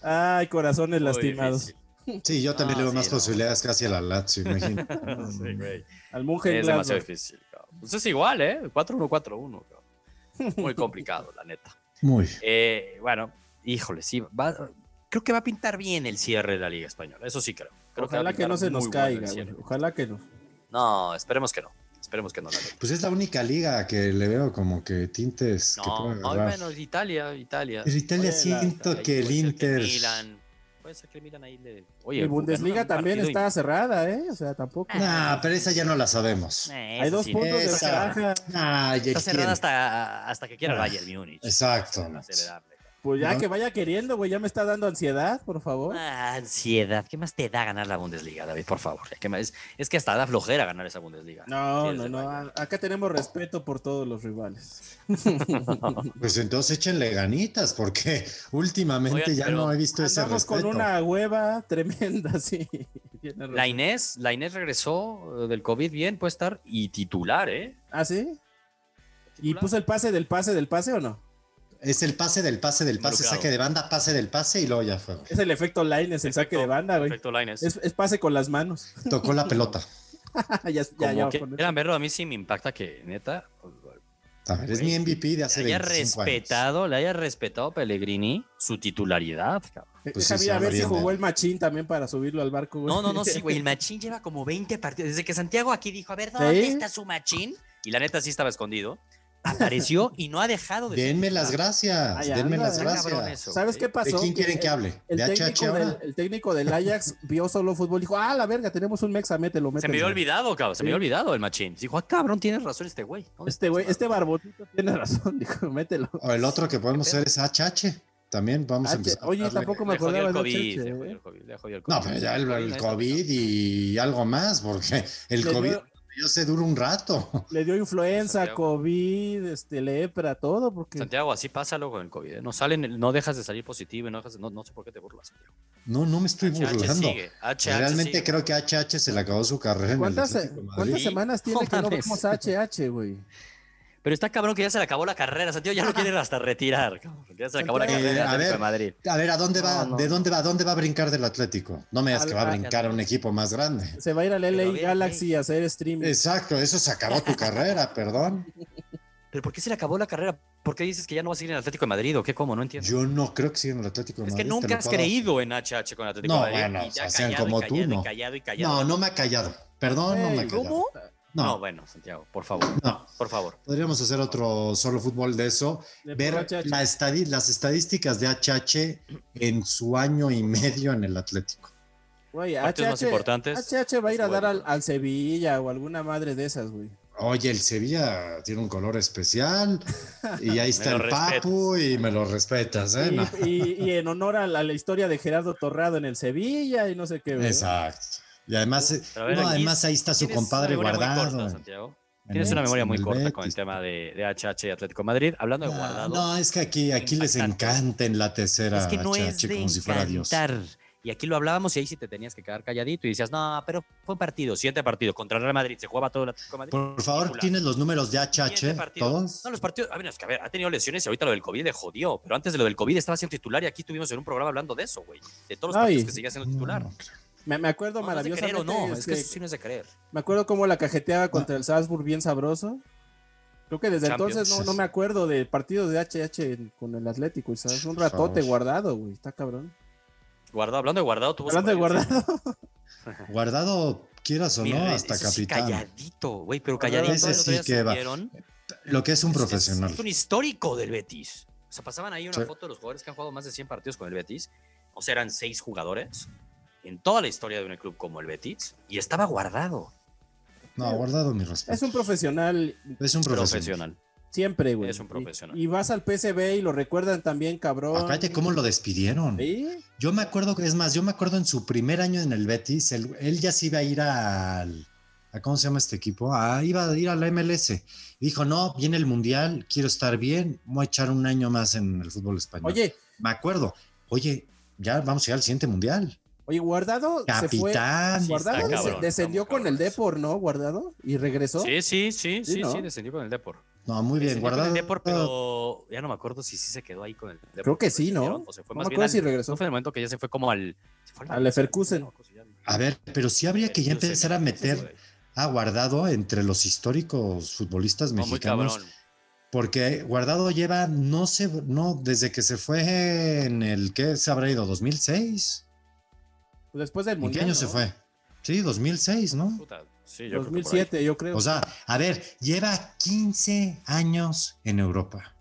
B: Ay, corazones
A: Muy
B: lastimados.
A: difícil.
C: Sí, yo también
A: Ah,
C: le veo
A: sí,
C: más
A: no.
C: posibilidades casi a la Lazio, imagínate. Mm.
A: Sí, güey.
B: Al monje
A: Es
B: en
A: demasiado
B: Glasgow.
A: difícil. cabrón. Pues es igual, ¿eh? 4-1-4-1. cabrón. Muy complicado, la neta.
C: Muy.
A: Eh, bueno, híjole, sí. va- creo que va a pintar bien el cierre de la Liga Española. Eso sí creo. creo va a
B: Ojalá que
A: pintar
B: no se
A: muy
B: nos
A: bueno el
B: caiga, güey.
A: cierre.
B: Ojalá que no.
A: No, esperemos que no. Esperemos que no. la neta.
C: Pues es la única liga que le veo como que tintes que
A: No,
C: puede
A: no,
C: agarrar.
A: bueno, Italia, Italia.
C: Pero
B: Oye,
C: Italia
B: la-
C: siento
A: Ahí
C: que el
A: puede ser
C: Inter.
A: Milan, puede ser que el Milan ahí le. Oye,
B: Y
A: ganó
B: Bundesliga
A: un
B: también
A: partido
B: está cerrada, ¿eh? O sea, tampoco.
C: Nah, pero esa ya no la sabemos.
A: y- Eh,
B: Hay
A: eso
B: dos
A: sí,
B: puntos de
C: esa.
B: ventaja.
C: Ah, ya
A: Está cerrada
C: quieren.
A: hasta, hasta que quiera el
C: Ah,
A: Bayern Múnich.
C: exacto.
A: Acelerable.
B: Pues ya
C: No.
B: que vaya queriendo, güey. Ya me está dando ansiedad, por favor.
A: Ah, ansiedad. ¿Qué más te da ganar la Bundesliga, David? Por favor. ¿Qué más? Es, es que hasta da flojera ganar esa Bundesliga.
B: No,
A: Sí,
B: no,
A: desde
B: no.
A: Bayern.
B: a- Acá tenemos respeto por todos los rivales.
C: Pues entonces échenle ganitas, porque últimamente
A: Oigan,
C: ya
A: pero
C: no he visto ese
B: Andamos
C: Este respeto.
B: con una hueva tremenda, sí. Tienes
A: La
B: razón.
A: Inés, la Inés regresó eh, del COVID bien, puede estar y titular, ¿eh?
B: ¿Ah, sí? ¿Y
A: Titular.
B: puso el pase del pase del pase o no?
C: Es el pase del pase del pase,
A: Involucrado.
C: saque de banda, pase del pase y luego ya fue.
B: Es el efecto line, es el saque
A: Efecto-
B: de banda, güey.
A: Perfecto, la Inés.
B: Es, es pase con las manos. Ah,
C: Tocó la pelota.
B: ya, ya,
A: Como
B: ya,
A: que
B: con eso.
A: quieran verlo, a mí sí me impacta que, neta,
C: A ver, es mi MVP de hace
A: le haya
C: 25 años.
A: respetado, le haya respetado Pellegrini su titularidad, cabrón.
C: Pues sí,
B: Deja
C: se
B: ver- a ver si
C: abriendo.
B: jugó el machín también para subirlo al barco, güey.
A: No, no, no, sí, güey. El machín lleva como 20 partidos. Desde que Santiago aquí dijo, a ver,
B: ¿Sí?
A: ¿dónde está su machín? Y la neta sí estaba escondido. Apareció y no ha dejado de.
C: Denme las gracias,
B: Ahí
C: denme
B: anda,
C: las
B: eh.
A: Cabrón
C: gracias.
A: eso.
B: ¿Sabes qué
C: ¿De
B: pasó?
C: quién quieren que
B: El-
C: hable?
B: El
C: ¿De HH
B: técnico, del,
C: ahora?
B: el técnico del Ajax vio solo fútbol y dijo, ah, la verga, tenemos un mexa, mételo, mételo.
A: Se me había olvidado, cabrón. Se me
B: Sí.
A: había olvidado el machín. Dijo, ah, cabrón, tienes razón este güey. ¿Dónde
B: Este
A: está
B: güey,
A: su
B: este barbotito tiene razón, dijo, mételo.
C: O el otro que podemos hacer es HH. También vamos a
B: H-
C: empezar. a
B: Oye,
C: darle-
B: tampoco
A: madre? Le
B: me
A: jodió el
B: acordaba de
A: COVID.
B: HH,
A: Le
B: güey.
C: pues,
A: jodió el COVID. le jodió el COVID.
C: No, pero ya el, el
A: ahí está.
C: COVID y algo más, porque el
B: Le
C: COVID
B: dio-
C: yo sé, dura un rato.
B: Le dio influenza,
A: Santiago.
B: COVID, este, lepra, todo, porque
A: Santiago, así pasa luego con el COVID. ¿eh? No salen, no dejas de salir positivo, y no, dejas de- no, no sé por qué te burlas. Santiago.
C: No, no me estoy
A: HH
C: burlando.
A: sigue, HH
C: Pues Realmente
A: sigue.
C: creo que HH se le acabó su carrera en el
B: ¿cuántas,
C: Atlético de Madrid.
B: cuántas semanas tiene
A: No
B: que no
A: mames.
B: vemos a HH, güey?
A: Pero está cabrón que ya se le acabó la carrera, Santiago. Ya lo quieren hasta retirar. cabrón. Ya se le acabó la
B: Santiago,
A: carrera del
C: eh, a
A: Atlético de
C: ver,
A: Madrid.
C: A ver, ¿a dónde va?
B: No, no.
C: ¿De dónde va? ¿A dónde va a brincar del Atlético? No me digas
B: Al-
C: que va a
B: al-
C: brincar a un equipo más grande.
B: Se va a ir al
A: Pero
B: LA
A: bien,
B: Galaxy a hacer streaming.
C: Exacto, eso se acabó tu carrera, perdón.
A: ¿Pero por qué se le acabó la carrera? ¿Por qué dices que ya no va a seguir en el Atlético de Madrid o qué? ¿Cómo? No entiendo.
C: Yo no creo que siga en el Atlético de
A: es que
C: Madrid, te
A: nunca
C: lo
A: has
C: puedo-
A: creído en HH con el Atlético
C: No,
A: de Madrid.
C: bueno,
A: y ya
C: o sea, sean
A: callado y
C: como tú,
A: callado y
C: no.
A: callado y callado.
C: No, no me ha callado. Perdón, no me ha
B: Ey,
C: callado.
B: ¿cómo?
A: No.
C: No,
A: bueno, Santiago, por favor,
C: no.
A: por favor.
C: Podríamos hacer otro solo fútbol de eso.
B: Le
C: Ver
B: pongo HH.
C: la estadi- las estadísticas de HH en su año y medio en el Atlético.
B: Güey,
A: Partidos más
B: HH,
A: importantes.
B: HH va a ir a
A: Estuvo
B: dar al,
A: bien.
B: al Sevilla o alguna madre de esas, güey.
C: Oye, el Sevilla tiene un color especial y ahí está
A: lo
C: el Papu y me lo respetas, ¿eh?
B: Y,
C: No.
B: y- y en honor a la, la historia de Gerardo Torrado en el Sevilla y no sé qué, güey.
C: Exacto. Y además, eh,
A: Pero a ver,
C: no,
A: aquí
C: además ahí está su
A: Tienes
C: compadre
A: una memoria muy
C: guardado.
A: corta,
C: en-
A: Santiago.
C: en
A: Tienes una
C: el-
A: memoria
C: en
A: muy
C: el
A: corta con el
C: Betis.
A: tema de, de HH y Atlético de Madrid. Hablando de
C: No,
A: guardado.
C: no, es que aquí, aquí les
A: Impactante.
C: encanta en la tercera
A: es que no es
C: HH,
A: de
C: como si fuera Dios.
A: encantar. Y aquí lo hablábamos y ahí sí te tenías que quedar calladito y decías, no, pero fue un partido, siguiente partido, contra el Real Madrid, se jugaba todo el Atlético de Madrid.
C: Por favor,
A: Particular.
C: ¿tienes los números de
A: Siguiente
C: HH?
A: partido.
C: ¿Todos?
A: No, los partidos, a ver, es que a ver, ha tenido lesiones y ahorita lo del COVID le jodió, pero antes de lo del COVID estaba siendo titular y aquí estuvimos en un programa hablando de eso, güey, de todos los
B: Ay.
A: partidos que seguía siendo titular.
C: No,
A: No,
B: Me, me acuerdo
A: no es de creer
B: maravillosamente.
A: o no, es que
B: este,
A: eso sí no es de creer.
B: Me acuerdo cómo la cajeteaba contra el Salzburg bien sabroso. Creo que desde
A: Champions.
B: entonces no, no me acuerdo de partidos de HH en- con el Atlético. Y sabes, un
C: Por
B: ratote
C: favor.
B: guardado, güey. Está cabrón.
A: Guardado, hablando de guardado, tuvo su
B: Hablando de
A: mayor
B: guardado.
C: Guardado, quieras o
A: Mira,
C: no,
A: eh,
C: hasta
A: eso sí,
C: capitán.
A: calladito, güey, pero
B: Guardado,
A: calladito.
C: ese
A: el otro
C: sí
A: día
C: que va.
A: subieron.
C: Lo que es un
A: Es- es-
C: profesional.
A: Es, un histórico del Betis. O sea, pasaban ahí una
C: Sí.
A: foto de los jugadores que han jugado más de 100 partidos con el Betis. O sea, eran seis jugadores en toda la historia de un club como el Betis. Y estaba guardado.
C: No, guardado mi respeto.
B: Es un profesional
C: Es un profesional.
A: Profesional.
B: siempre, güey.
A: Es un profesional.
B: Y, y vas al PCB y lo recuerdan también, cabrón.
C: Aparte, ¿cómo lo despidieron?
B: Sí,
C: Yo me acuerdo, que- es más, yo me acuerdo en su primer año en el Betis, él, él ya se iba a ir al. ¿a ¿Cómo se llama este equipo? Ah, iba a ir a la MLS. Dijo, no, viene el Mundial, quiero estar bien, voy a echar un año más en el fútbol español.
B: Oye,
C: Me acuerdo. Oye, ya vamos a ir al siguiente Mundial.
B: oye, guardado se fue.
A: Guarda-
C: Capitán.
B: Guardado
A: Está
B: des-
A: cabrón,
B: descendió
A: está muy
B: con el
A: cabrón.
B: Depor, ¿no? Guardado. Y regresó.
A: Sí, sí, sí,
B: Sí,
A: sí,
B: ¿no?
A: sí, descendió con el Depor.
C: No, muy bien,
A: Descendió con
C: guardado.
A: el Depor, pero ya no me acuerdo si sí se quedó ahí con el Depor.
B: Creo que
A: lo
B: sí, ¿no?
A: descendieron, O se fue Pues
B: No
A: más
B: me
A: bien
B: acuerdo
A: al,
B: si
A: no
B: regresó.
A: fue en el momento que ya se fue como al... se fue
B: Al Leverkusen.
A: No, cosa ya-
C: A ver, pero sí habría que ya
A: Leverkusen,
C: empezar a
A: sí,
C: meter
A: güey.
C: a Guardado entre los históricos futbolistas
A: No, muy
C: mexicanos.
A: cabrón.
C: Porque Guardado lleva, no sé, no, desde que se fue en el que se habrá ido, 2006.
B: Después del
C: ¿En qué
B: Mundial.
C: año
B: ¿no?
C: se fue? Sí, 2006, ¿no?
A: Puta, sí, yo creo que por ahí.
B: 2007, yo creo.
C: O sea, a ver, lleva 15 años en Europa.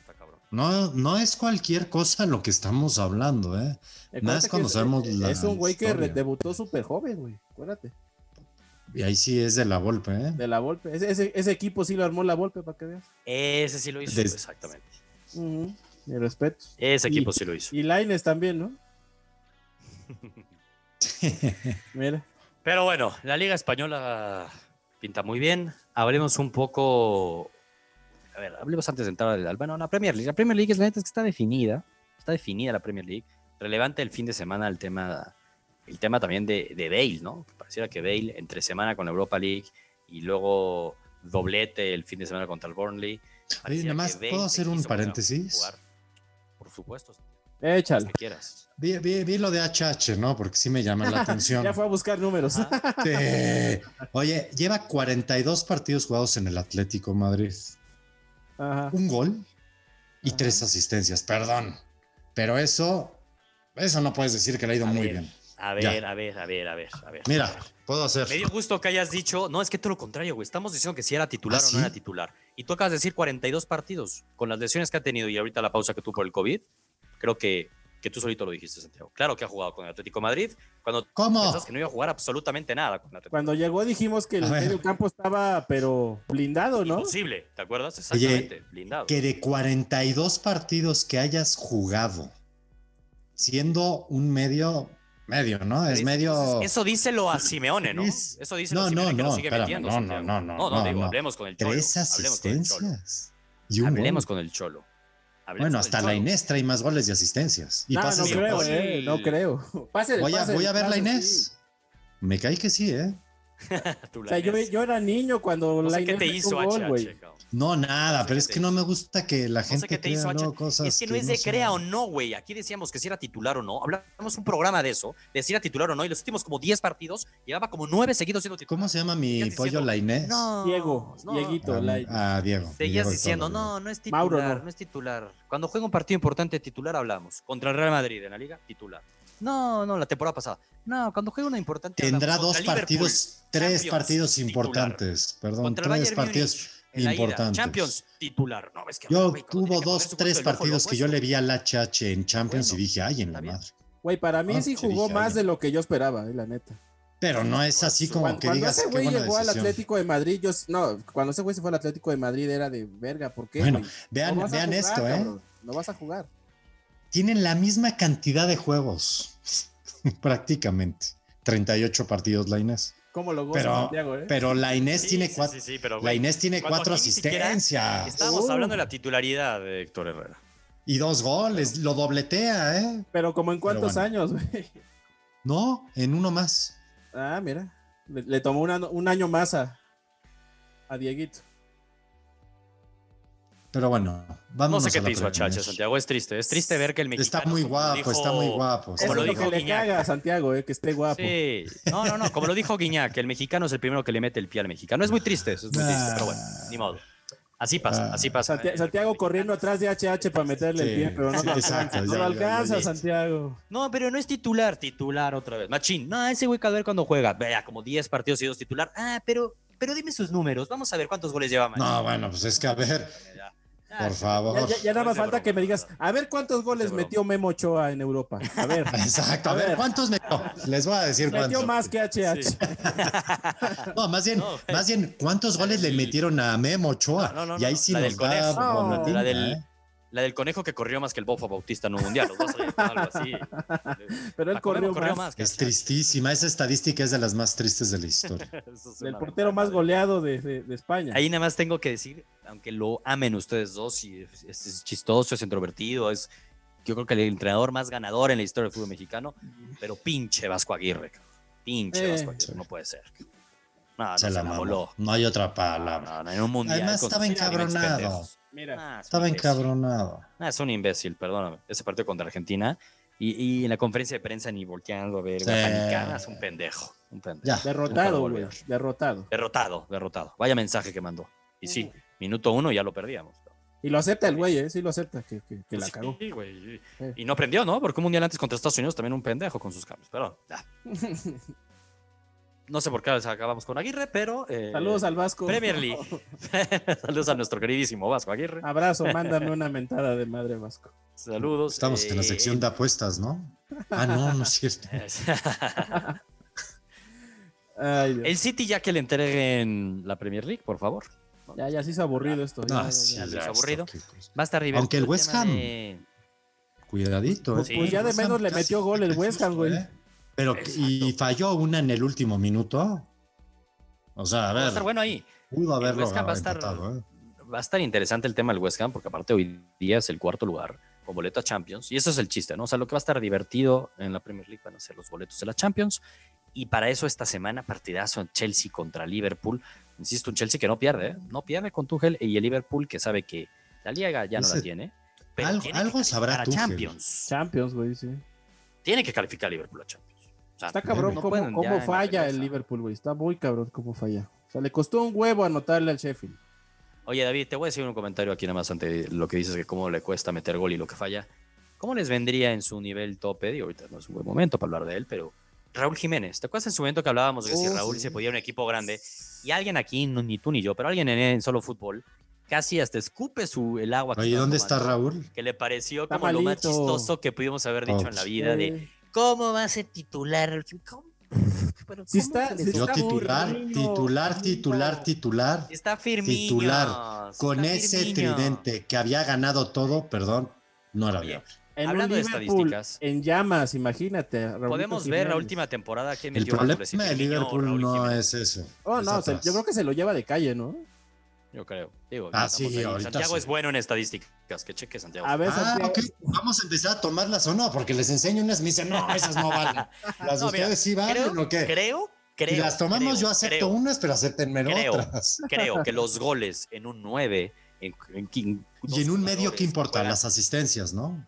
A: Está cabrón.
C: No, no es cualquier cosa lo que estamos hablando, ¿eh?
B: Acuérdate
C: más
B: que
C: cuando
B: es-
C: sabemos
B: es,
C: la
B: es un güey que re-
C: historia.
B: debutó súper joven, güey. Acuérdate.
C: Y ahí sí es de la golpe, ¿eh?
B: De la Volpe. Ese, ese- ese equipo sí lo armó la Volpe, para que veas.
A: Ese sí lo hizo,
C: Des-
A: exactamente.
B: Ujú, Mi respeto.
A: Ese
B: Y-
A: equipo sí lo hizo.
B: Y Laines también, ¿no? Mira.
A: Pero bueno, la Liga Española pinta muy bien. Hablemos un poco. A ver, hablemos antes de entrar al. Bueno, la Premier League. La Premier League es la neta es que está definida. Está definida la Premier League. Relevante el fin de semana el tema. El tema también de, de Bale, ¿no? Pareciera que Bale entre semana con la Europa League y luego doblete el fin de semana contra el Burnley. Pareciera que
C: nomás,
A: Bale
C: ¿puedo
A: se
C: hacer un
A: quiso poner a
C: paréntesis?
A: jugar. Por supuesto, lo
B: Échale.
A: que quieras.
C: Vi, vi- vi lo de HH, ¿no? Porque sí me llama la atención.
B: Ya fue a buscar números.
A: Ajá.
C: Sí. Oye, lleva 42 partidos jugados en el Atlético Madrid.
B: Ajá.
C: un gol y
B: Ajá.
C: tres asistencias, perdón. Pero eso, eso no puedes decir que le ha ido
A: A
C: muy
A: ver.
C: bien.
A: A ver, a ver, a ver, a ver, a ver.
C: Mira, puedo hacer.
A: Me dio gusto que hayas dicho, no, es que todo lo contrario, güey. Estamos diciendo que si era titular
C: ¿Ah,
A: o no era
C: sí?
A: titular. Y tú acabas de decir 42 partidos con las lesiones que ha tenido y ahorita la pausa que tuvo por el COVID. Creo que, que tú solito lo dijiste, Santiago. Claro que ha jugado con el Atlético de Madrid cuando
C: ¿Cómo?
A: pensás que no iba a jugar absolutamente nada con el Atlético.
B: Cuando llegó dijimos que el
C: A ver.
B: medio campo estaba, pero blindado, ¿no?
A: Imposible, ¿te acuerdas?
C: Oye,
A: Exactamente, blindado.
C: Que de 42 partidos que hayas jugado, siendo un medio Medio, ¿no? Es
A: Entonces,
C: medio.
A: Eso díselo a Simeone, ¿no?
C: Luis.
A: Eso díselo a
C: No,
A: Simeone
C: no,
A: que lo
C: no,
A: sigue
C: espérame,
A: metiendo.
C: no,
A: Santiago.
C: no, no,
A: no,
C: no,
A: digo,
C: no.
A: hablemos con el Cholo.
C: Tres
A: hablemos con el Cholo.
C: asistencias. Y un
A: Hablemos
C: gol.
A: con el Cholo. Hablemos
C: Bueno,
A: con
C: hasta
A: el
C: la
A: Cholo.
C: Inés trae más goles y asistencias. Y
B: No,
C: pases
B: no
A: de
B: creo,
A: gol.
B: eh, no creo. Pase de
C: Voy a,
B: pase,
C: voy a ver la
B: pase,
C: Inés.
B: sí.
C: Me cae que sí, ¿eh?
A: Tú,
B: O
A: la
B: sea, yo,
A: Inés.
B: yo era niño cuando
A: No
B: la
A: sé qué
B: Inés
A: te
B: metió
A: hizo
B: un gol, güey.
A: HH, cabrón.
C: No, nada,
A: No sé
C: pero
A: qué
C: es
A: te
C: que no
A: hizo.
C: me gusta que la
A: sé
C: gente
A: qué te
C: crea
A: hizo,
C: luego
A: Hacha.
C: cosas.
A: Es que no es de
C: son-
A: crea o no, güey. Aquí decíamos que si era titular o no. Hablamos un programa de eso, de si era titular o no. Y los últimos como 10 partidos llevaba como 9 seguidos siendo titular.
C: ¿Cómo se llama
A: Ya
C: mi
A: te
C: pollo
A: siento-
C: la Inés?
A: No,
B: Diego,
A: no.
B: Dieguito.
C: Ah,
B: la-
C: ah, Diego.
A: Seguías
C: Diego
A: diciendo,
C: Hurtado,
A: no, no es titular,
B: Mauro,
A: no.
B: no.
A: es titular. Cuando juega un partido importante titular hablamos. Contra el Real Madrid en la liga, titular. No, no, la temporada pasada. No, cuando juega una importante hablamos.
C: Tendrá
A: Contra
C: dos
A: Liverpool,
C: partidos, tres
A: Champions,
C: partidos
A: titular.
C: importantes, perdón,
A: Contra el
C: tres
A: Bayern
C: partidos
A: en la ida,
C: importantes.
A: Champions, titular. No, es que
C: Yo
A: güey, cuando
C: tuvo
A: tiene que poner
C: dos,
A: su cuerpo
C: tres
A: el ojo, lo
C: partidos que yo
A: opuesto.
C: le vi al HH en Champions
A: Bueno,
C: y dije, ay, en la
A: está bien.
C: madre.
B: Güey, para mí
C: Ah,
B: sí
C: te
B: jugó
C: dije,
B: más
C: Adrián.
B: de lo que yo esperaba, eh, la neta.
C: Pero no es así como
B: Cuando,
C: que
B: cuando
C: digas
B: ese
C: qué
B: güey
C: buena
B: llegó al
C: decisión.
B: Atlético de Madrid, yo no, cuando ese güey se fue al Atlético de Madrid era de verga, ¿por qué?
C: Bueno,
B: güey?
C: vean,
B: No vas a
C: vean
B: jugar,
C: esto, ¿eh?
B: cabrón, No vas a jugar.
C: Tienen la misma cantidad de juegos, prácticamente. 38 partidos la Inés.
B: ¿Cómo lo goza
C: Pero-
B: Santiago, eh?
C: Pero la Inés
A: Sí,
C: tiene
A: sí,
C: cuatro,
A: sí, sí, pero,
C: la
A: güey,
C: Inés tiene
A: cuando
C: cuatro
A: aquí ni siquiera
C: asistencias
A: Estábamos
B: Uh.
A: hablando de la titularidad de Héctor Herrera.
C: y dos goles. Lo dobletea, ¿eh?
B: Pero como en cuántos
C: bueno.
B: años, güey.
C: No, en uno más.
B: Ah, mira. Le, le tomó un ano- un año más a, a Dieguito.
C: Pero bueno,
A: No
C: vamos
A: sé qué te hizo a Chacha, Santiago. Es triste. Es triste ver que el mexicano.
C: Está muy
A: como
C: guapo,
A: dijo-
C: está muy guapo.
A: Como
B: Eso
C: está
A: lo
B: es
C: muy
B: lo
A: dijo
B: que
C: guapo.
B: le
A: Guiñac.
B: caga a Santiago, eh, que esté guapo.
A: Sí. No, no, no. Como lo dijo Guiñac, el mexicano es el primero que le mete el pie al mexicano. Es muy triste. eso Es muy triste.
C: Ah.
A: Pero bueno, ni modo. Así pasa,
C: Ah.
A: así pasa.
B: Santia- Santiago corriendo atrás de HH para meterle
C: Sí,
B: el pie, pero no,
C: sí,
B: lo
C: exacto,
B: alcanza. No
C: ya,
B: lo
C: ya,
B: alcanza,
C: ya.
B: Santiago.
A: No, pero no es titular, titular otra vez. Machín, no, ese güey cada vez cuando juega, vea, como 10 partidos y dos titular. Ah, pero, pero dime sus números. Vamos a ver cuántos goles lleva Machín.
C: No, bueno, pues es que a ver,
A: Ya. Ah,
C: por
A: sí.
B: Ya,
C: favor.
B: ya- ya nada
A: No es
B: más
A: de
B: falta
A: broma,
B: que me digas,
A: la verdad.
B: a ver cuántos goles
A: de broma.
B: metió Memo Ochoa en Europa. A ver,
C: Exacto, a
B: A
C: ver,
B: ver.
C: ¿cuántos metió? Les voy a decir
B: metió
C: cuántos.
B: más que HH.
A: Sí.
C: No, más bien,
A: No, güey.
C: más bien, ¿cuántos
A: La
C: goles
A: del-
C: le metieron a Memo Ochoa?
A: No, no, no,
C: y ahí
A: no,
C: sí
A: la
C: nos
A: del conejo.
C: da
B: No,
C: volatilidad,
A: la del-
C: ¿eh?
A: La del conejo que corrió más que el Bofo Bautista en un mundial. Los dos salieron con algo así.
B: Pero él
A: La Correo
B: corrió,
A: corrió
B: más.
A: más. que
C: Es
A: Chacha.
C: tristísima, esa estadística es de las más tristes de la historia.
A: Eso es
B: El
A: una
B: portero
A: ventaja.
B: más goleado de, de- de España.
A: Ahí nada más tengo que decir, aunque lo amen ustedes dos, y es, es chistoso, es introvertido, es yo creo que el entrenador más ganador en la historia del fútbol mexicano, pero pinche Vasco Aguirre, cabrón. pinche
B: Eh.
A: Vasco Aguirre, no puede ser. No, Ah, no,
C: se la
A: mamó.
C: mamó. No hay otra palabra.
A: No, no, en un mundial.
C: Además,
A: con
C: estaba
A: sus alimentos
C: encabronado.
A: pendejos.
B: Mira,
A: Ah, es un
C: Estaba
A: imbécil.
C: encabronado.
A: Ah, es un imbécil, perdóname. Ese partido contra Argentina. Y, y en la conferencia de prensa ni volteando a ver, güey,
C: Sí.
A: panicada, es un pendejo. Un pendejo.
C: Ya.
A: Nunca
B: derrotado,
A: lo
B: güey.
A: volvió.
B: Derrotado.
A: Derrotado, derrotado. Vaya mensaje que mandó. Y sí, minuto uno ya lo perdíamos.
B: Y lo acepta el güey, ¿eh? Sí lo acepta, que, que- que la
A: Sí,
B: cagó.
A: güey, y-
B: Sí.
A: Y no aprendió, ¿no? Porque un mundial antes contra Estados Unidos también un pendejo con sus cambios. Pero ya. No sé por qué acabamos con Aguirre, pero. eh,
B: Saludos al Vasco.
A: Premier League. Saludos a nuestro queridísimo Vasco Aguirre.
B: Abrazo, mándame una mentada de madre Vasco.
A: Saludos.
C: Estamos en la
A: eh,
C: sección de apuestas, ¿no? Ah, no, no es cierto.
B: Ay, Dios.
A: El City ya que le entreguen la Premier League, por favor.
B: Ya, ya se hizo aburrido esto. ya,
C: No,
B: ya,
C: sí,
B: ya.
A: es
C: ya está,
A: aburrido.
C: qué cosa.
A: Va a estar River.
C: Aunque el West
A: tema
C: Ham.
A: de-
C: Cuidadito, ¿eh?
B: Pues- pues ya de menos le metió gol el West Ham, güey.
C: Pero, y
A: Exacto.
C: falló una en el último minuto. O sea, a
A: Va a estar
C: ver,
A: bueno ahí.
C: pudo haberlo
A: West Ham va a estar-
C: empatado, ¿eh?
A: Va a estar interesante el tema del West Ham, porque aparte hoy día es el cuarto lugar con boleto a Champions. Y eso es el chiste, ¿no? O sea, lo que va a estar divertido en la Premier League van a ser los boletos de la Champions. Y para eso esta semana partidazo en Chelsea contra Liverpool. Insisto, un Chelsea que no pierde, ¿eh? No pierde con Tuchel y el Liverpool que sabe que la liga ya no
C: Ese-
A: la tiene. Pero
C: algo-
A: tiene que
C: algo sabrá
A: calificar a
C: Tuchel.
A: Champions.
B: Champions, güey, sí.
A: Tiene que calificar Liverpool a Champions. O sea,
B: Está cabrón
C: no
B: cómo,
A: pueden
B: cómo
A: ya en la
B: falla el
A: pereza.
B: Liverpool, güey. Está muy cabrón cómo falla. O sea, le costó un huevo anotarle al Sheffield.
A: Oye, David, te voy a decir un comentario aquí nada más ante lo que dices que cómo le cuesta meter gol y lo que falla. ¿Cómo les vendría en su nivel tope? Digo, ahorita no es un buen momento para hablar de él, pero Raúl Jiménez, ¿te acuerdas en su momento que hablábamos de que si
B: Oh,
A: Raúl
B: sí.
A: se podía ir a un equipo grande? Y alguien aquí, no, ni tú ni yo, pero alguien en, en solo fútbol, casi hasta escupe su, el agua. que
C: Oye,
A: estaba
C: ¿dónde
A: tomando,
C: está Raúl?
A: Que le pareció
B: Está
A: como lo más
B: malito.
A: chistoso que pudimos haber dicho en la vida de
B: Eh,
A: ¿cómo va a ser titular? ¿Cómo? Pero
B: Si
A: ¿cómo
B: está-
A: que les
B: si
C: Yo
B: está
C: titular,
B: Firmino,
C: titular, titular,
B: Firmino.
C: titular.
A: Está Firmino.
C: Titular,
A: está
C: Con ese
A: Firmino.
C: tridente que había ganado todo, perdón, no era viable.
B: En
A: Hablando
B: un
A: de
B: Liverpool
A: estadísticas.
B: En llamas, imagínate. Raulito
A: Podemos ver la
B: Jiménez.
A: última temporada que
C: El problema de Liverpool no es ese.
B: Oh, no, se-
C: atrás.
B: yo creo que se lo lleva de calle, ¿no?
A: Yo creo. Digo,
C: Ah,
A: ya estamos
C: sí,
A: ahí.
C: ahorita
A: Santiago
C: sí.
A: es bueno en estadísticas. Que cheque, Santiago.
B: A ver,
C: Ah,
B: Santiago,
C: ok. Vamos a empezar a tomarlas o no, porque les enseño unas y me dicen, no, esas no valen. Las de
A: No, mira,
C: ustedes sí valen
A: creo,
C: o qué.
A: creo, creo.
C: y las tomamos,
A: creo,
C: yo
A: creo,
C: acepto unas, pero acéptenme
A: Creo.
C: otras.
A: Creo que los goles en un 9, en, en, quin-
C: Y en
A: dos
C: un medio, ¿qué
A: jugadores
C: importa?
A: fuera-
C: Las asistencias, ¿no?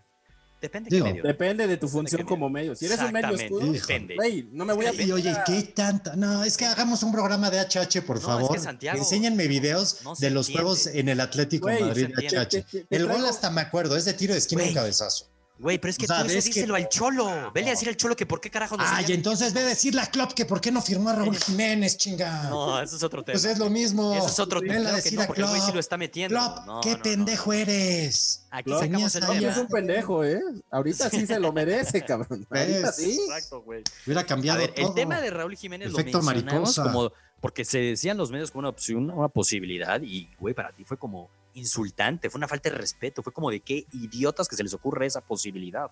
A: Depende
C: Digo,
A: qué medio.
B: depende de tu función
A: que-
B: como medio. Si eres un medio
A: Exactamente,
B: escudo,
C: Hijo.
A: depende.
B: güey, no me voy a.
C: Y oye, ¿qué tanta? No, es que hagamos un programa de HH, por
A: No,
C: favor.
A: es que Santiago,
C: Enséñenme videos
A: no se
C: de los
A: entiende.
C: juegos en el Atlético
B: Güey,
C: de
B: no
A: se
C: Madrid de
A: entiende.
B: Te-
C: HH.
B: te- te
C: El gol
B: traigo-
C: hasta me acuerdo, es de tiro de esquina
A: Güey.
C: un cabezazo.
A: Güey, pero es que
C: O sea,
A: tú eso
C: ves que- Ah,
A: díselo al Cholo. Vele a decir al Cholo que por qué carajo nos
C: Ay,
A: enseña-
C: entonces ve a decirle a Klopp que por qué no firmó a Raúl Jiménez, chinga.
A: No, eso es otro tema.
C: pues es lo mismo.
A: Eso es otro tema.
C: Vele a
A: Claro que
C: decir
A: no,
C: a
A: porque el güey sí
C: Klopp.
A: lo está metiendo.
C: Klopp,
A: No,
C: qué
A: no, no.
C: pendejo eres.
A: Aquí
B: Klopp,
A: sacamos el
C: tenías
B: No, pues,
C: ahí
A: tema.
B: es un pendejo, ¿eh? Ahorita sí se lo merece, cabrón. Ahorita
A: Pues,
C: ¿Ves?
B: sí.
A: Exacto, güey.
C: Hubiera
A: A
C: cambiado
A: ver,
C: todo.
A: el tema de Raúl Jiménez
C: Efecto
A: lo mencionamos
C: mariposa.
A: como porque se decían los medios como una opción, una posibilidad y güey, para ti fue como insultante, fue una falta de respeto, fue como de qué idiotas que se les ocurre esa posibilidad.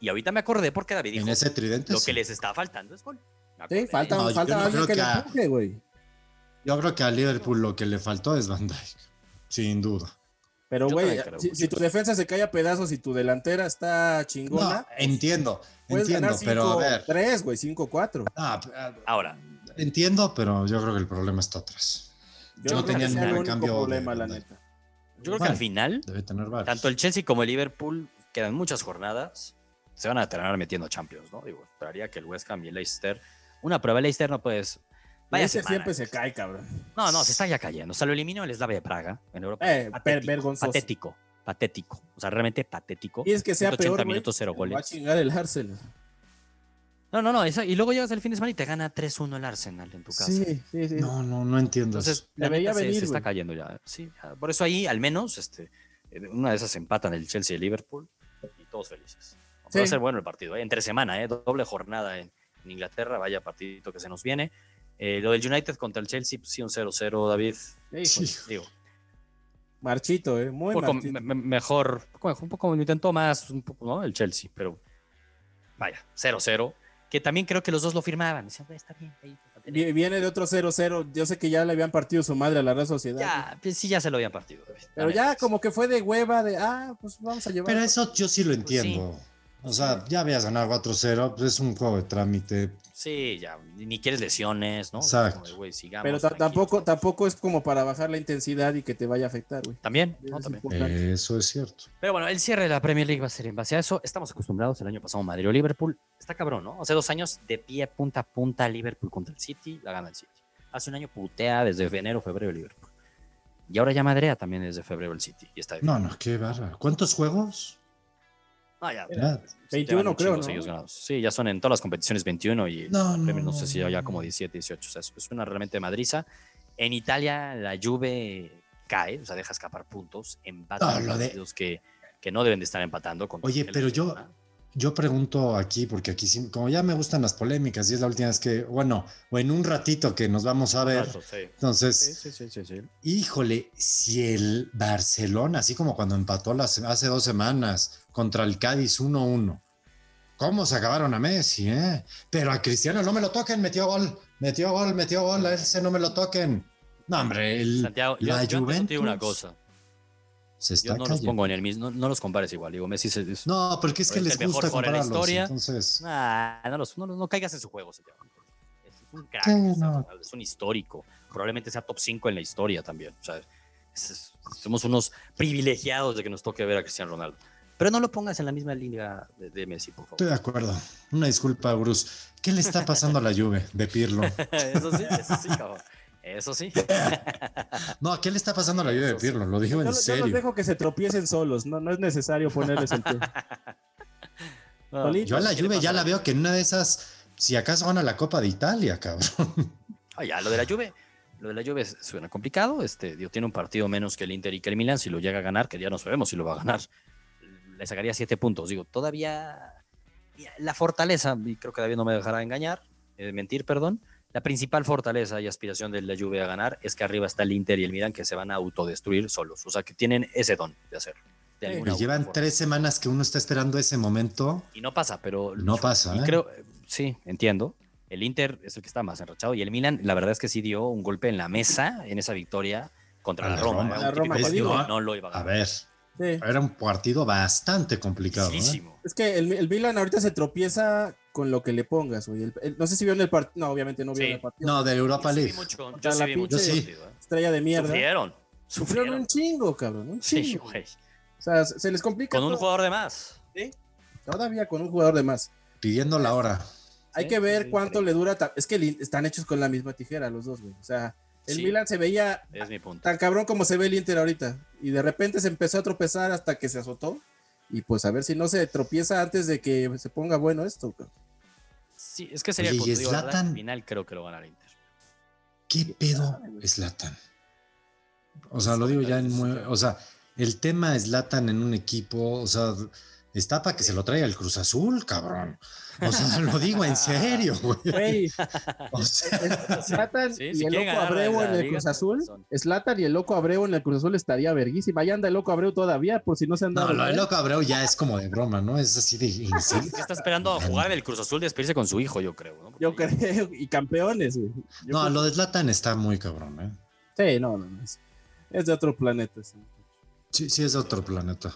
A: Y ahorita me acordé porque David dijo,
C: en ese tridente.
A: lo
C: sí.
A: que les está faltando es gol. Me acordé
B: Sí,
A: de
B: falta,
A: eso.
C: No, yo
B: falta
C: no
B: alguien
C: creo
B: que le
C: que a-
B: empuje, güey.
C: Yo creo que a Liverpool lo que le faltó es Van Dijk. Sin duda.
B: Pero,
A: Yo
B: güey,
A: también creo
B: si,
A: mucho
B: si tu
A: eso.
B: defensa se cae a pedazos y tu delantera está chingona,
C: No, entiendo,
B: puedes
C: entiendo,
B: ganar 5
C: pero a ver.
B: 3, güey, 5-4.
C: ah, ah,
A: Ahora,
C: entiendo, pero yo creo que el problema está atrás.
B: Yo no
A: no
B: tenía
A: tenía
B: ningún
A: ningún
C: cambio de-
B: problema, la
C: de-
B: neta.
A: yo creo que
C: Bueno.
A: al final
C: Debe tener varios.
A: tanto el Chelsea como el Liverpool quedan muchas jornadas, se van a terminar metiendo Champions, ¿no? Digo, esperaría que el West Ham y el Leicester, una prueba el Leicester no puedes Vaya
B: Ese
A: semana. eh.
B: siempre se cae, cabrón.
A: No, no, se está ya cayendo. O sea, lo eliminó el Slavia de Praga en Europa.
B: Eh, ver-
A: patético,
B: vergonzoso.
A: patético, patético. O sea, realmente patético.
B: Y es que sea
A: 180
B: peor, güey,
A: minutos, cero
B: va a
A: goles.
B: chingar el Arsenal.
A: No, no, no. esa- y luego llegas al fin de semana y te gana 3-1 el Arsenal en tu casa.
B: Sí, sí, sí.
C: No, no, no entiendo.
A: Entonces,
B: La
A: la
B: veía
A: neta se,
B: venir,
A: se está
B: güey.
A: cayendo ya. ¿eh? Sí, ya. por eso ahí, al menos, este, eh, una de esas empatan el Chelsea y el Liverpool y todos felices.
B: Sí.
A: Va a ser bueno el partido. ¿eh? Entre semana, ¿eh? doble jornada en, en Inglaterra. Vaya partidito que se nos viene. Eh, lo del United contra el Chelsea, pues, sí, un 0-0, David.
B: Hijo,
C: Sí.
A: Digo,
B: Marchito, eh. Muy
A: poco
B: marchito.
A: me- me- mejor, un poco, un poco intentó más, un poco, ¿no? El Chelsea, pero vaya, 0-0. Que también creo que los dos lo firmaban. Decían, "Güey, está bien, ahí, va a tener".
B: Vi- Viene de otro 0-0. Yo sé que ya le habían partido su madre a la Real Sociedad.
A: Ya, pues sí, ya se lo habían partido. David, la
B: Pero
A: neta.
B: ya como que fue de hueva de, ah, pues vamos a llevar.
C: Pero eso yo sí lo
A: pues
C: entiendo. O sea, ya habías ganado 4-0, pues es un juego de trámite.
A: Sí, ya, ni quieres lesiones, ¿no?
C: Exacto.
A: Como de, "Güey, sigamos,
B: Pero ta-
A: tranquilos".
B: tampoco, tampoco es como para bajar la intensidad y que te vaya a afectar, güey.
A: También,
B: Es
A: ¿no? También.
B: importante.
C: eso es cierto.
A: Pero bueno, el cierre de la Premier League va a ser en base a eso. Estamos acostumbrados, el año pasado Madrid o Liverpool. Está cabrón, ¿no? Hace dos años de pie, punta a punta, Liverpool contra el City, la gana el City. Hace un año putea desde enero, febrero Liverpool. Y ahora ya madrea también desde febrero el City. Y está de-
C: No, no, qué barra. ¿Cuántos juegos?
A: No, ya,
C: Nada.
A: llevan
B: 21
A: un
B: creo,
A: chingo
B: ¿no?
A: seguidos ganados. Sí, ya son en todas las competiciones 21 y el
C: No,
A: Premier Este, no
C: no,
A: sé si
C: no,
A: ya
C: no.
A: como 17, 18. O sea, es- es una realmente madriza. En Italia la Juve cae, o sea, deja escapar puntos, empata
C: No, lo de-
A: partidos que, que no deben de estar empatando. contra
C: Oye,
A: el
C: pero yo-
A: Barcelona.
C: Yo pregunto aquí, porque aquí, sí- como ya me gustan las polémicas, y es la última vez que, bueno, o en un ratito que nos vamos a ver.
A: Rato, sí.
C: Entonces,
A: sí, sí, sí, sí.
C: híjole, si el Barcelona, así como cuando empató las- hace dos semanas contra el Cádiz 1-1, ¿cómo se acabaron a Messi? eh? Pero a Cristiano no me lo toquen, metió gol, metió gol, metió gol, a ese no me lo toquen. No, hombre, el,
A: Santiago, yo,
C: la
A: yo antes no te digo una
C: Juventus
A: cosa.
C: se
A: Yo
C: está
A: no los
C: cayendo.
A: pongo en el mismo, no, no los compares igual. Digo, Messi se- es-
C: No, porque es que
A: Pero es
C: les
A: el mejor
C: gusta
A: jugador en la
C: compararlos,
A: historia.
C: entonces...
A: Nah, no, los- no los- no caigas en su juego, Santiago. Es un crack,
C: Sí,
A: o sea,
C: no.
A: es un histórico. Probablemente sea top 5 en la historia también. o sea, es- es- somos unos privilegiados de que nos toque ver a Cristiano Ronaldo. Pero no lo pongas en la misma línea de, de Messi, por
C: Estoy
A: favor.
C: de acuerdo. Una disculpa, Bruce. ¿Qué le está pasando a la lluvia de Pirlo?
A: eso sí, eso sí, cabrón. Eso sí.
C: No, ¿qué le está pasando a la lluvia de
A: Eso sí.
C: Pirlo? Lo digo
B: Yo,
C: en
B: lo- yo los
C: serio.
B: dejo que se tropiecen solos, no, no es necesario ponerles el pie.
A: No,
B: Solito.
C: Yo a la
A: ¿qué le
C: lluvia
A: pasa
C: ya
A: a
C: la veo que en una de esas, si acaso van a la Copa de Italia, cabrón.
A: Ah, ya, lo de la Juve, lo de la Juve suena complicado. Este, digo, tiene un partido menos que el Inter y que el Milan. Si lo llega a ganar, que ya no sabemos si lo va a ganar, le sacaría siete puntos. Digo, todavía mira, la fortaleza, y creo que David no me dejará engañar, eh, mentir, perdón. La principal fortaleza y aspiración de la Juve a ganar es que arriba está el Inter y el Milan que se van a autodestruir solos. O sea, que tienen ese don de hacerlo. de
B: Sí.
C: Y
A: alguna u
C: llevan
A: otra forma.
C: tres semanas que uno está esperando ese momento.
A: Y no pasa, pero.
C: No
A: yo-
C: pasa,
A: y
C: ¿eh?
A: Creo, sí, entiendo. El Inter es el que está más enrachado. Y el Milan, la verdad es que sí dio un golpe en la mesa en esa victoria contra
C: A
A: la
C: la
A: Roma.
C: Roma.
A: Era un
B: La Roma,
A: típico
B: te
A: partido
C: digo,
A: que
C: ¿eh?
A: no lo iba a
C: A
A: ganar.
C: ver,
B: Sí.
C: era un partido bastante complicado. ¿eh?
A: Durísimo.
B: Es que el, el Milan ahorita se tropieza con lo que le pongas, güey. El- el- no sé si vieron el partido. No, obviamente no vieron
A: Sí.
B: el partido.
C: No, de Europa
A: Yo sí vi
C: League.
A: mucho-
B: Contra
A: Yo sí
B: la
A: vi mucho
C: pinche-
A: ese partido, ¿eh?
B: Estrella de mierda.
A: Sufrieron.
B: Sufrieron
A: Sufrieron.
B: un chingo, cabrón. Un
A: Sí,
B: chingo.
A: güey.
B: o sea, se se les complica
A: Con un
B: todo.
A: jugador de más.
B: todavía con un jugador de más.
C: Pidiendo la hora.
B: Hay
A: Sí,
B: que ver
A: sí,
B: cuánto
A: sí.
B: le dura. ta- Es que el- están hechos con la misma tijera los dos, güey. O sea, el
A: Sí.
B: Milan se veía
A: Es mi punto.
B: tan cabrón como se ve el Inter ahorita. Y de repente se empezó a tropezar hasta que se azotó. Y pues a ver si no se tropieza antes de que se ponga bueno esto. cabrón.
A: Sí, es que sería
C: Oye,
A: el punto.
C: y
A: Digo, la verdad,
C: Zlatan-
A: Al final creo que lo ganará Inter.
C: ¿Qué pedo es Latan? O sea, lo digo ya en. mue- O sea, el tema es Latan en un equipo. O sea, está para que se lo traiga el Cruz Azul, cabrón. O sea, lo digo en serio, güey.
B: Güey,
C: O sea,
B: Zlatan
A: Sí,
B: y
A: si
B: el
A: quieren ganar
B: loco
A: la-
B: Abreu
A: la
B: en el
A: liga,
B: Cruz
A: pues,
B: Azul.
A: son-
B: Zlatan y el loco Abreu en el Cruz Azul estaría verguísima. Ahí anda el loco Abreu todavía, por si no se han
C: no,
B: dado. ¿eh?
C: lo de
B: cuenta.
C: loco Abreu ya es como de broma, ¿no? Es así de. ¿en
A: Sí,
C: serio?
A: se está esperando a jugar en el Cruz Azul y despedirse con su hijo, yo creo. ¿no? Porque
B: Yo creo. Y campeones, güey. Yo
C: No,
B: creo-
C: lo de Latan está muy cabrón, ¿eh?
B: Sí, no, no, no, Es, es de otro planeta. sí.
C: Sí, sí, es de otro planeta.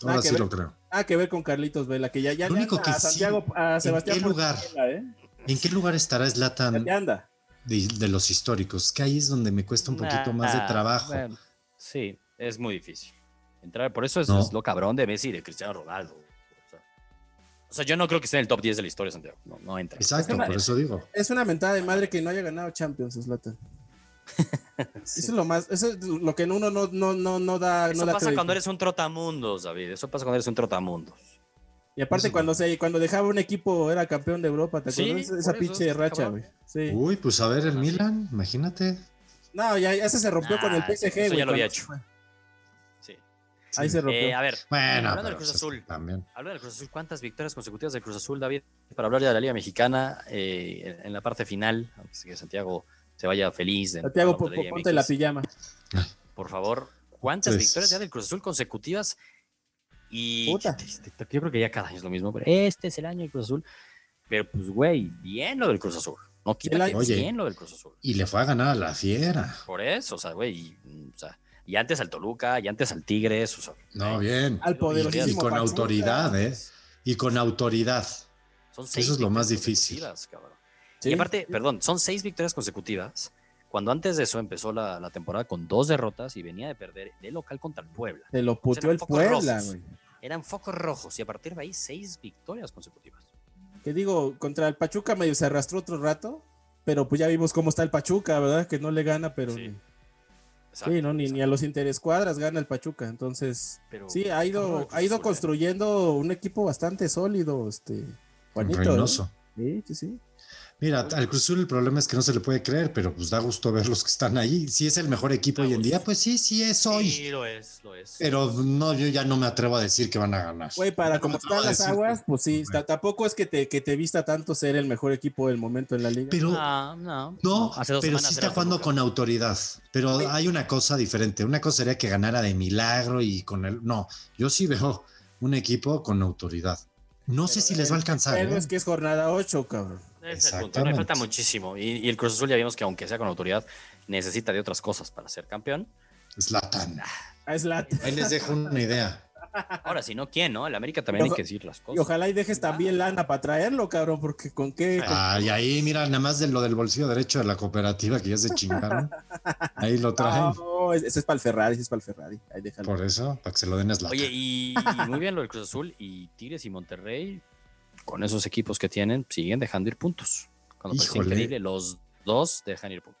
B: Nada
C: Ahora
B: que
C: sí
B: ver.
C: lo creo.
B: Ah, que ver con Carlitos Vela, que ya, ya
C: Lo
B: le
C: único
B: anda
C: que
B: a
C: sí,
B: Santiago, a
C: ¿En
B: Sebastián
C: qué lugar?
B: Portela, ¿eh?
C: ¿En qué lugar estará Zlatan
B: Ya anda.
C: de, de los históricos? Que ahí es donde me cuesta un poquito más de
A: Nah,
C: trabajo.
A: bueno, sí, es muy difícil. Entrar, por eso es,
C: No.
A: es lo cabrón de Messi y de Cristiano Ronaldo. O sea, o sea, yo no creo que esté en el top 10 de la historia, Santiago. No, no entra.
C: Exacto, por eso digo.
B: Es una mentada de madre que no haya ganado Champions, Zlatan. Eso es lo más, eso es lo que uno no, no, no, no da.
A: Eso
B: no da
A: pasa
B: crédito.
A: cuando eres un trotamundos, David. Eso pasa cuando eres un trotamundos.
B: Y aparte
C: Eso-
B: cuando se, cuando dejaba un equipo era campeón de Europa, ¿te
A: Sí,
B: acuerdas?
A: por
B: Esa
A: eso,
B: pinche
A: está
B: racha,
A: cabrón.
B: güey. Sí.
C: Uy, pues a ver el Milan, imagínate.
B: No, ya ese se rompió con el
A: Ah,
B: PSG,
A: eso ya
B: güey,
A: lo había
B: cuando-
A: hecho. Sí.
B: Ahí se rompió.
A: Eh, a ver,
C: Bueno,
A: Hablando del
C: pero,
A: Cruz
C: o sea,
A: Azul.
C: También.
A: hablando del Cruz Azul, ¿cuántas victorias consecutivas del Cruz Azul, David? Para hablar ya de la Liga Mexicana eh, en, en la parte final, así que Santiago se vaya feliz. de-
B: Santiago,
A: pues, de
B: po-
A: la Liga
B: po- ponte la
A: MX.
B: pijama.
A: por favor, ¿cuántas
C: Pues-
A: victorias ya del Cruz Azul consecutivas? Y
B: Puta.
A: qué triste, porque yo creo que ya cada año es lo mismo, pero este es el año del Cruz Azul. Pero pues, güey, bien lo del Cruz Azul. No
B: El
A: quita que
B: año-
C: Oye.
A: bien lo del Cruz Azul.
C: Y le fue a ganar a la fiera.
A: Por eso, o sea, güey, y, mm, o sea, y antes al Toluca, y antes al Tigres, o sea,
C: No, bien.
B: Al
C: Y, y
B: poderosísimo
C: con
B: Pachuca.
C: autoridad, ¿eh? Y con autoridad.
A: son
C: Eso
A: seis
C: es lo más
A: victorias
C: difícil.
A: consecutivas, cabrón.
B: Sí.
A: Y aparte, perdón, son seis victorias consecutivas, cuando antes de eso empezó la, la temporada con dos derrotas y venía de perder de local contra el Puebla.
B: Se lo puteó
A: Serán
B: el
A: focos
B: Puebla,
A: rojos.
B: güey.
A: Eran focos rojos y a partir de ahí seis victorias consecutivas.
B: Que digo, contra el Pachuca medio se arrastró otro rato, pero pues ya vimos cómo está el Pachuca, ¿verdad? Que no le gana, pero
A: Sí,
B: ni- sí,
A: Exacto,
B: ¿no? Ni, ni a
A: exacto.
B: los interescuadras gana el Pachuca. Entonces,
A: Pero-
B: sí, ha
A: cabrón, el
B: ido,
A: Cruz
B: ha ido
A: Azul, ¿eh?
B: construyendo un equipo bastante sólido, este Juanito. ¿eh?
C: Reynoso.
B: Sí, sí, sí.
C: Mira, al Cruz Azul el problema es que no se le puede creer, pero pues da gusto ver los que están ahí. Si es el mejor equipo
A: Da
C: hoy en
A: gusto.
C: día, pues sí, sí es hoy.
A: Sí, lo es, lo es.
C: Pero no, yo ya no me atrevo a decir que van a ganar.
B: Güey, para
C: No
B: como
C: me atrevo
B: están
C: a
B: las
C: decir
B: aguas,
C: que-
B: pues sí, está-
C: Bueno.
B: tampoco es que te, que te vista tanto ser el mejor equipo del momento en la liga.
C: Pero
A: no, Ah, no.
C: no, pero sí
A: semanas
C: está
A: era
C: jugando
A: Toluca.
C: con autoridad. Pero hay una cosa diferente. Una cosa sería que ganara de milagro y con el. No, yo sí veo un equipo con autoridad. No sé
B: Pero
C: si les va a
B: el-
C: alcanzar.
B: Pero
C: ¿eh?
B: es que es jornada 8, cabrón.
A: Es el punto, no, le falta
C: Exactamente.
A: muchísimo. Y, y el Cruz Azul ya vimos que, aunque sea con autoridad, necesita de otras cosas para ser campeón.
C: Zlatan.
B: Ah, Es la...
C: Ahí les dejo una idea.
A: Ahora, si no, ¿quién, no? El América también hay
B: Oja-
A: que decir las
B: Y
A: cosas.
B: ojalá y dejes también lana para traerlo, cabrón, porque con qué... con-
C: Ah, y ahí, mira, nada más de lo del bolsillo derecho de la cooperativa que ya se chingaron. Ahí lo traen.
B: No, ese es para el Ferrari, ese es para el Ferrari. Ahí déjalo.
C: Por eso, para que se lo den a Zlatan.
A: Oye, y, y muy bien lo del Cruz Azul y Tigres y Monterrey, con esos equipos que tienen, siguen dejando ir puntos. Cuando parece
C: Híjole.
A: increíble, los dos dejan ir puntos.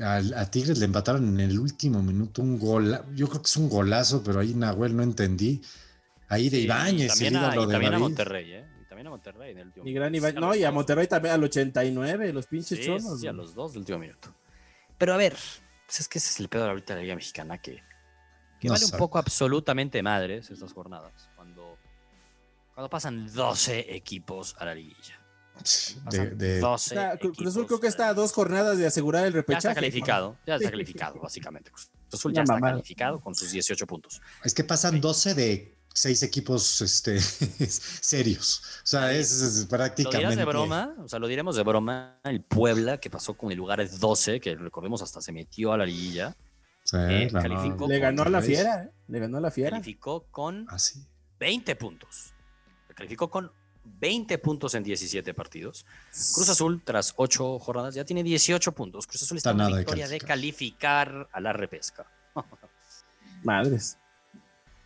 C: Al- A, Tigres le empataron en el último minuto un gol. Yo creo que es un golazo, pero ahí Nahuel no entendí. Ahí de
A: Sí, y
C: Ibáñez, el
A: también a,
C: ídolo
A: y
C: de
A: también a
C: David.
A: Monterrey, ¿eh? Y también a Monterrey en el último
B: Mi gran
A: minuto.
B: Ibai- No, y a Monterrey también al 89, los pinches
A: Sí,
B: chonos.
A: sí, a
B: güey.
A: los dos del último minuto. Pero a ver, pues es que ese es el pedo ahorita de la Liga Mexicana que, que
C: No
A: vale
C: sé.
A: un poco absolutamente madres estas jornadas. Cuando, cuando pasan 12 equipos a la liguilla.
C: De,
A: Pasan
C: de-
A: 12
B: O sea, Cru-
A: equipos
B: Cruz Azul creo que
A: a la
B: está a
A: liguilla.
B: dos jornadas de asegurar el
A: Ya
B: repechaje.
A: está calificado, ya está
B: Sí.
A: calificado, básicamente. Cruz Azul ya
B: Una
A: está
B: mamada.
A: calificado con sus 18 puntos.
C: Es que pasan 12 de seis equipos este, serios. O sea, es, es
A: Lo dirás
C: prácticamente.
A: de broma, o sea, lo diremos de broma. El Puebla, que pasó con el lugar 12, que recordemos hasta se metió a la liguilla,
C: Sí,
A: Eh,
C: la
A: calificó.
C: madre.
B: Le ganó a la
C: ¿Ves?
B: fiera, ¿eh? Le ganó a la fiera.
A: calificó con
C: Ah, sí.
A: 20 puntos. Calificó con 20 puntos en 17 partidos. Cruz Azul, tras 8 jornadas, ya tiene 18 puntos. Cruz Azul está,
C: Está
A: en
C: nada de
A: victoria de calificar a la repesca.
B: Madres.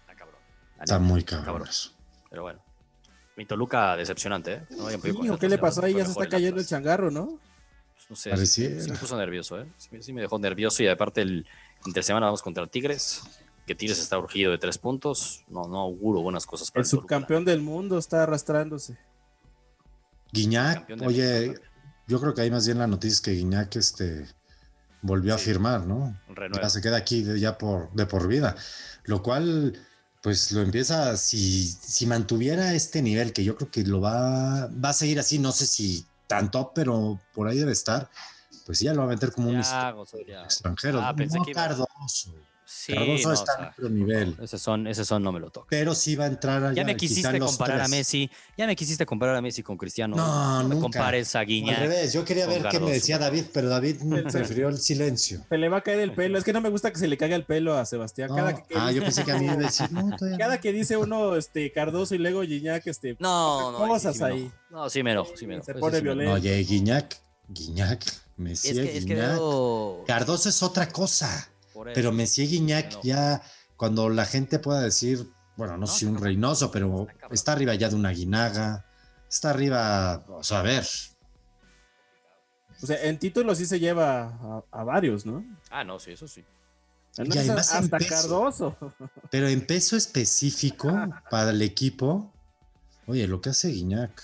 A: Está cabrón.
C: Está muy cabrón.
A: Ah, Cabrón. Pero bueno. Mi Toluca decepcionante, ¿eh? No hayan podido
B: Hijo,
A: conectarse,
B: ¿Qué le pasó
A: fue
B: ahí? Ya se
A: mejor
B: está
A: el
B: cayendo el
A: Atlas.
B: changarro, ¿no?
A: No sé, sí-
C: Pareciera.
A: sí me puso nervioso, ¿eh? Sí, me- sí me dejó nervioso y aparte el entre semana vamos contra Tigres, que Tigres está urgido de tres puntos. No, no auguro buenas cosas para
B: El
A: el Toluca.
B: subcampeón del mundo está arrastrándose.
C: Guiñac,
A: Campeón de
C: oye,
A: México
C: yo creo que ahí más bien la noticia es que Guiñac este, volvió a
A: Sí.
C: firmar, ¿no?
A: Renueva.
C: Ya se queda aquí de- ya por, de por vida. Lo cual, pues lo empieza, si, si mantuviera este nivel, que yo creo que lo va, va a seguir así, no sé si tanto, pero por ahí debe estar, pues ya lo va a meter como un
A: Ya,
C: histo-
A: Gonzalo, ya.
C: extranjero.
A: Ah, pensé
C: no
A: que iba-
C: Cardoso.
A: Sí,
C: Cardoso
A: no,
C: está
A: o
C: en
A: sea,
C: otro nivel,
A: ese son, ese son no me lo toca.
C: pero sí va a entrar allá.
A: Ya me
C: quizá
A: quisiste
C: en los
A: comparar a
C: tres.
A: Messi, ya me quisiste comparar a Messi con Cristiano.
C: No,
A: me
C: nunca.
A: compares a
C: Al
A: Guiñac.
C: revés, yo quería
A: con
C: ver qué me
A: Cardoso.
C: decía David, pero David
B: Pensé-
C: prefirió el silencio.
B: Se le va a caer el pelo. Es que no me gusta que se le caiga el pelo a Sebastián.
C: No.
B: Cada, que,
C: ah, yo pensé que a mí me decía. No, todavía no.
B: cada que dice uno este, Cardoso y luego Gignac, este,
A: No, no.
B: Cosas
A: sí, sí me
B: ahí.
A: enojo. No, sí me enojo, sí me enojo.
B: Se
A: Ese
B: pone
A: sí me enojo.
B: violento.
C: Oye, Guiñac, Guiñac, Messi,
A: Es que, es que
C: Guiñac.
A: veo-
C: Cardoso es otra cosa,
A: por eso.
C: pero Messi, Guiñac,
A: No.
C: ya cuando la gente pueda decir, bueno, no
A: No,
C: sé si
A: está
C: un
A: cabrón.
C: Reynoso, pero
A: Está cabrón.
C: está arriba ya de una Guinaga, está arriba, o sea, a ver,
B: o sea, en títulos sí se lleva a, a varios, ¿no?
A: Ah, no, sí, eso sí.
B: No,
C: Y además en
B: hasta
C: peso.
B: Cardoso.
C: pero en peso específico para el equipo, oye, lo que hace Guiñac,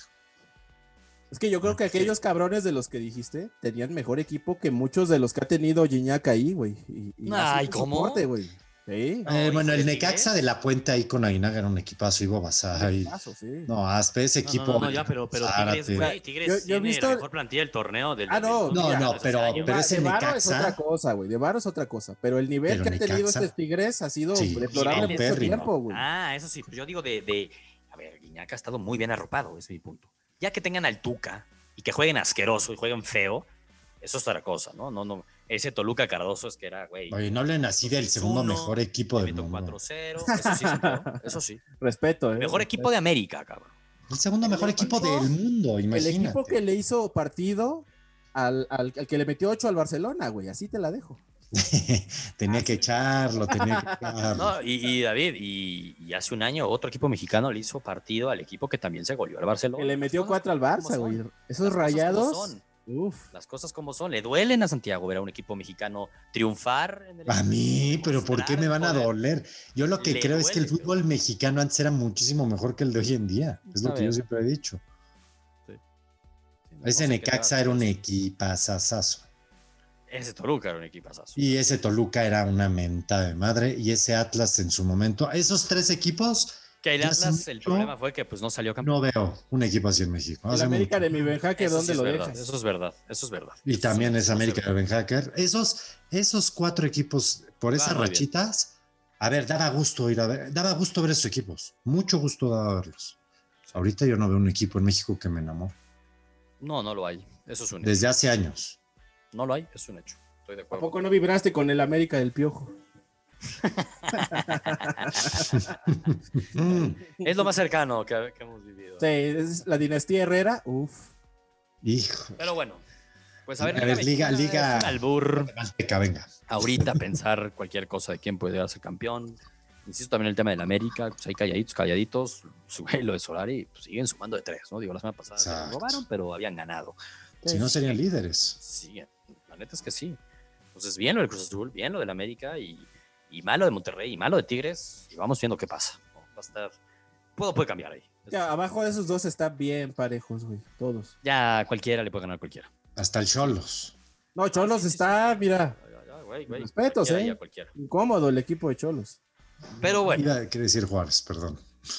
B: Es que yo creo que
C: Sí.
B: aquellos cabrones de los que dijiste tenían mejor equipo que muchos de los que ha tenido Gignac ahí, güey. Y, y
A: Ay,
B: así de
A: ¿cómo?
B: soporte, güey. Sí.
A: No,
C: Eh,
A: ¿y
C: bueno,
A: si
C: el
A: le
C: Necaxa
A: sigues?
C: de la Puente ahí con Aguinaga era un equipazo, Ivo Basay.
B: Paso, sí.
C: No, Aspe, ese
A: No,
C: equipo.
A: No, no, ya, pero, pero Tigres,
C: Zárate.
A: güey, Tigres
B: Yo- yo he
A: tiene
B: visto-
A: la mejor plantilla del torneo. Del,
B: Ah, no,
A: del-
B: no,
A: del-
B: no,
A: de hace
C: pero-
A: años.
C: pero
B: Va-
C: ese
B: de varo
C: Necaxa-
B: es otra cosa, güey. De varo es otra cosa. Pero el nivel
C: Pero
B: que ha tenido
C: Necaxa-
B: este Tigres ha sido
C: Sí,
B: deplorable
A: nivel
B: mucho
C: pérrimo.
B: tiempo, güey.
A: Ah, eso sí, pues yo digo de, de- A ver, Guiñac ha estado muy bien arropado, ese es mi punto. Ya que tengan al Tuca y que jueguen asqueroso y jueguen feo, eso es otra cosa, ¿no? No, no. Ese Toluca Cardoso es que era, güey.
C: Oye, no hablen así del segundo
A: Uno,
C: mejor equipo
A: le
C: del
A: meto
C: mundo.
A: 4-0, eso sí, se puede, eso sí.
B: Respeto, eh.
A: Mejor equipo de América, cabrón.
C: El segundo mejor
B: El
C: equipo
B: equipo-
C: del mundo,
B: El
C: imagínate.
B: equipo que le hizo partido al, al- al que le metió 8 al Barcelona, güey. Así te la dejo.
C: tenía que echarlo, tenía que echarlo.
A: Ah, No, y, y David, y, y hace un año otro equipo mexicano le hizo partido al equipo que también se goleó al Barcelona.
B: Que le metió
A: Las
B: 4 al
A: como
B: Barça,
A: son.
B: güey.
A: cosas-
B: Esos
A: las cosas como
B: rayados.
A: son.
B: Uf.
A: las cosas como son. Le duelen a Santiago ver a un equipo mexicano triunfar. En el
C: A mí, pero ¿por qué me van a
A: Joder.
C: doler? Yo lo que
A: Le
C: creo es que el
A: duele,
C: fútbol mexicano antes era muchísimo mejor que el de hoy en día. Es lo
A: Está
C: que yo
A: bien.
C: siempre he dicho.
A: No sé
C: Ese
A: qué
C: Necaxa
A: tal.
C: era un equipazazazo.
A: Ese Toluca era un equipazazo.
C: Y ese Toluca era una menta de madre. Y ese Atlas en su momento. Esos tres equipos
A: Que el
C: Ya se
A: Atlas, el
C: murió.
A: problema fue que pues no salió campeón.
C: no veo un equipo así en México.
B: El
C: Hace
B: América
C: mucho.
B: de mi Benjaque,
A: Eso sí
B: ¿dónde
A: es
B: lo
A: verdad,
B: dejas?
A: Eso es verdad, eso es verdad.
C: Y
A: Eso
C: también
A: sí,
C: es
A: eso
C: América de
A: verdad.
C: Ben Hacker. Esos, esos cuatro equipos por
A: Va
C: esas
A: muy bien.
C: rachitas, a ver, daba gusto ir a ver, daba gusto ver esos equipos. Mucho gusto daba verlos. Ahorita yo no veo un equipo en México que me enamore.
A: No, no lo hay. Eso es un hecho.
C: Desde hace años.
A: No lo hay, es un hecho. Estoy de
B: ¿A
A: acuerdo.
B: poco no vibraste con el América del Piojo?
C: Mm,
A: Es lo más cercano que, que hemos vivido.
B: Sí, es la dinastía Herrera. Uf.
C: hijo.
A: Pero bueno, pues a ver.
C: A ver,
A: mexicana
C: liga, liga.
A: es un Albur.
C: Azteca, venga.
A: ahorita pensar cualquier cosa de quién puede ser campeón. Insisto también en el tema del América, pues ahí calladitos, calladitos, su güey, lo de Solari, pues siguen sumando de tres, ¿no? Digo, la semana pasada se
C: Exacto.
A: robaron, pero habían ganado.
C: Si no serían líderes.
A: Siguen, la neta es que sí. Entonces, bien lo del Cruz Azul, bien lo del América y, y malo de Monterrey y malo de Tigres, y vamos viendo qué pasa. ¿no? Va a estar, puedo, puede cambiar ahí.
B: Ya, abajo de esos dos están bien parejos, güey. Todos.
A: Ya cualquiera le puede ganar a cualquiera.
C: Hasta el Cholos.
B: No, Cholos
A: sí, sí,
B: está, mira,
A: Ya, ya, güey, güey,
B: Respetos,
A: cualquiera
B: ¿eh?
A: y a cualquiera.
B: incómodo el equipo de Cholos.
A: Pero bueno.
C: Iba a querer decir Juárez, perdón.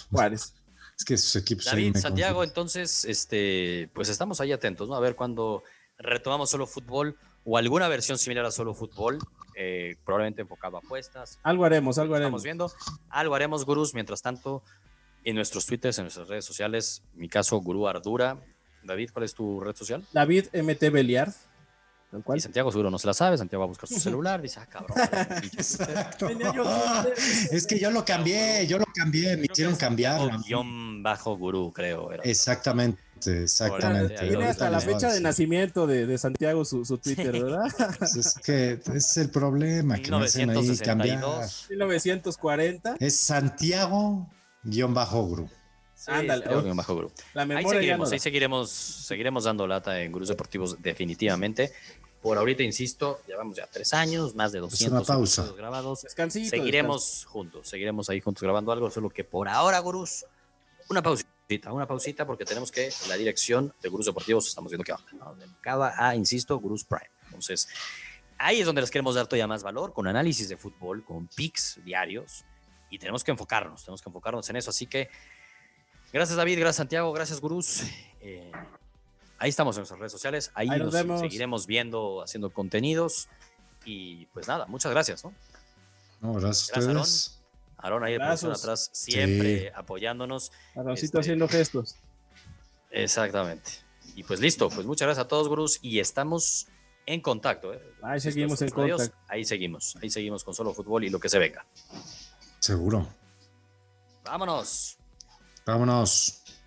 B: Juárez.
C: Es que sus equipos. ahí
A: David,
C: me
A: Santiago,
C: confunden.
A: entonces, este, pues estamos ahí atentos, ¿no? A ver cuándo retomamos solo fútbol o alguna versión similar a solo fútbol eh, probablemente enfocado a apuestas.
B: Algo haremos, algo
A: Estamos
B: haremos.
A: viendo. Algo haremos, gurús. Mientras tanto, en nuestros twitters, en nuestras redes sociales, en mi caso, Gurú Ardura. David, ¿cuál es tu red social?
B: David MT Beliard. Tal
A: Y
B: cual.
A: Santiago seguro no se la sabe. Santiago va a buscar su celular. Dice, ah, cabrón.
C: Exacto.
B: Tenía yo dos.
C: Es que yo lo cambié, yo lo cambié, me hicieron cambiarlo.
A: O guión bajo gurú, creo. era.
C: Exactamente, exactamente.
A: Órale,
B: Tiene hasta la
C: Ahorita
B: fecha
C: les voy a
B: de
C: decir.
B: nacimiento de, de Santiago su, su Twitter, ¿verdad?
C: Pues Es que ese es el problema, que me hacen ahí cambiar.
A: 1962.
B: 1940.
C: Es Santiago guión bajo gru.
A: Sí,
B: Ándale.
A: Santiago guión bajo gurú.
B: La
A: Ahí
B: memoria ya no
A: seguiremos,
B: da.
A: ahí seguiremos, seguiremos dando lata en gurús deportivos definitivamente. Por ahorita, insisto, llevamos ya tres años, más de 200
C: una pausa.
A: episodios grabados.
B: Descansito,
A: seguiremos juntos, seguiremos ahí juntos grabando algo, solo que por ahora, gurús, una pausita, una pausita porque tenemos que la dirección de gurús deportivos, estamos viendo que acaba a, ah, insisto, gurús prime. Entonces, ahí es donde les queremos dar todavía más valor, con análisis de fútbol, con pics diarios, y tenemos que enfocarnos, tenemos que enfocarnos en eso. Así que, gracias David, gracias Santiago, gracias gurús. Eh, ahí estamos en nuestras redes sociales, ahí,
B: Ahí nos
A: nos
B: vemos.
A: seguiremos viendo, haciendo contenidos. Y pues nada, muchas gracias, ¿no?
C: No, gracias a
A: Gracias, Aarón.
C: ustedes.
A: Aarón ahí de producción
B: Brazos.
A: atrás, siempre apoyándonos.
B: descansito. Arrocito
A: Este-
B: haciendo gestos.
A: Exactamente. Y pues listo, pues muchas gracias a todos, gurús, y estamos en contacto. ¿eh?
B: Ahí seguimos en
A: Estos medios,
B: contacto.
A: Ahí seguimos, ahí seguimos con solo fútbol y lo que se venga.
C: Seguro.
A: Vámonos.
C: Vámonos.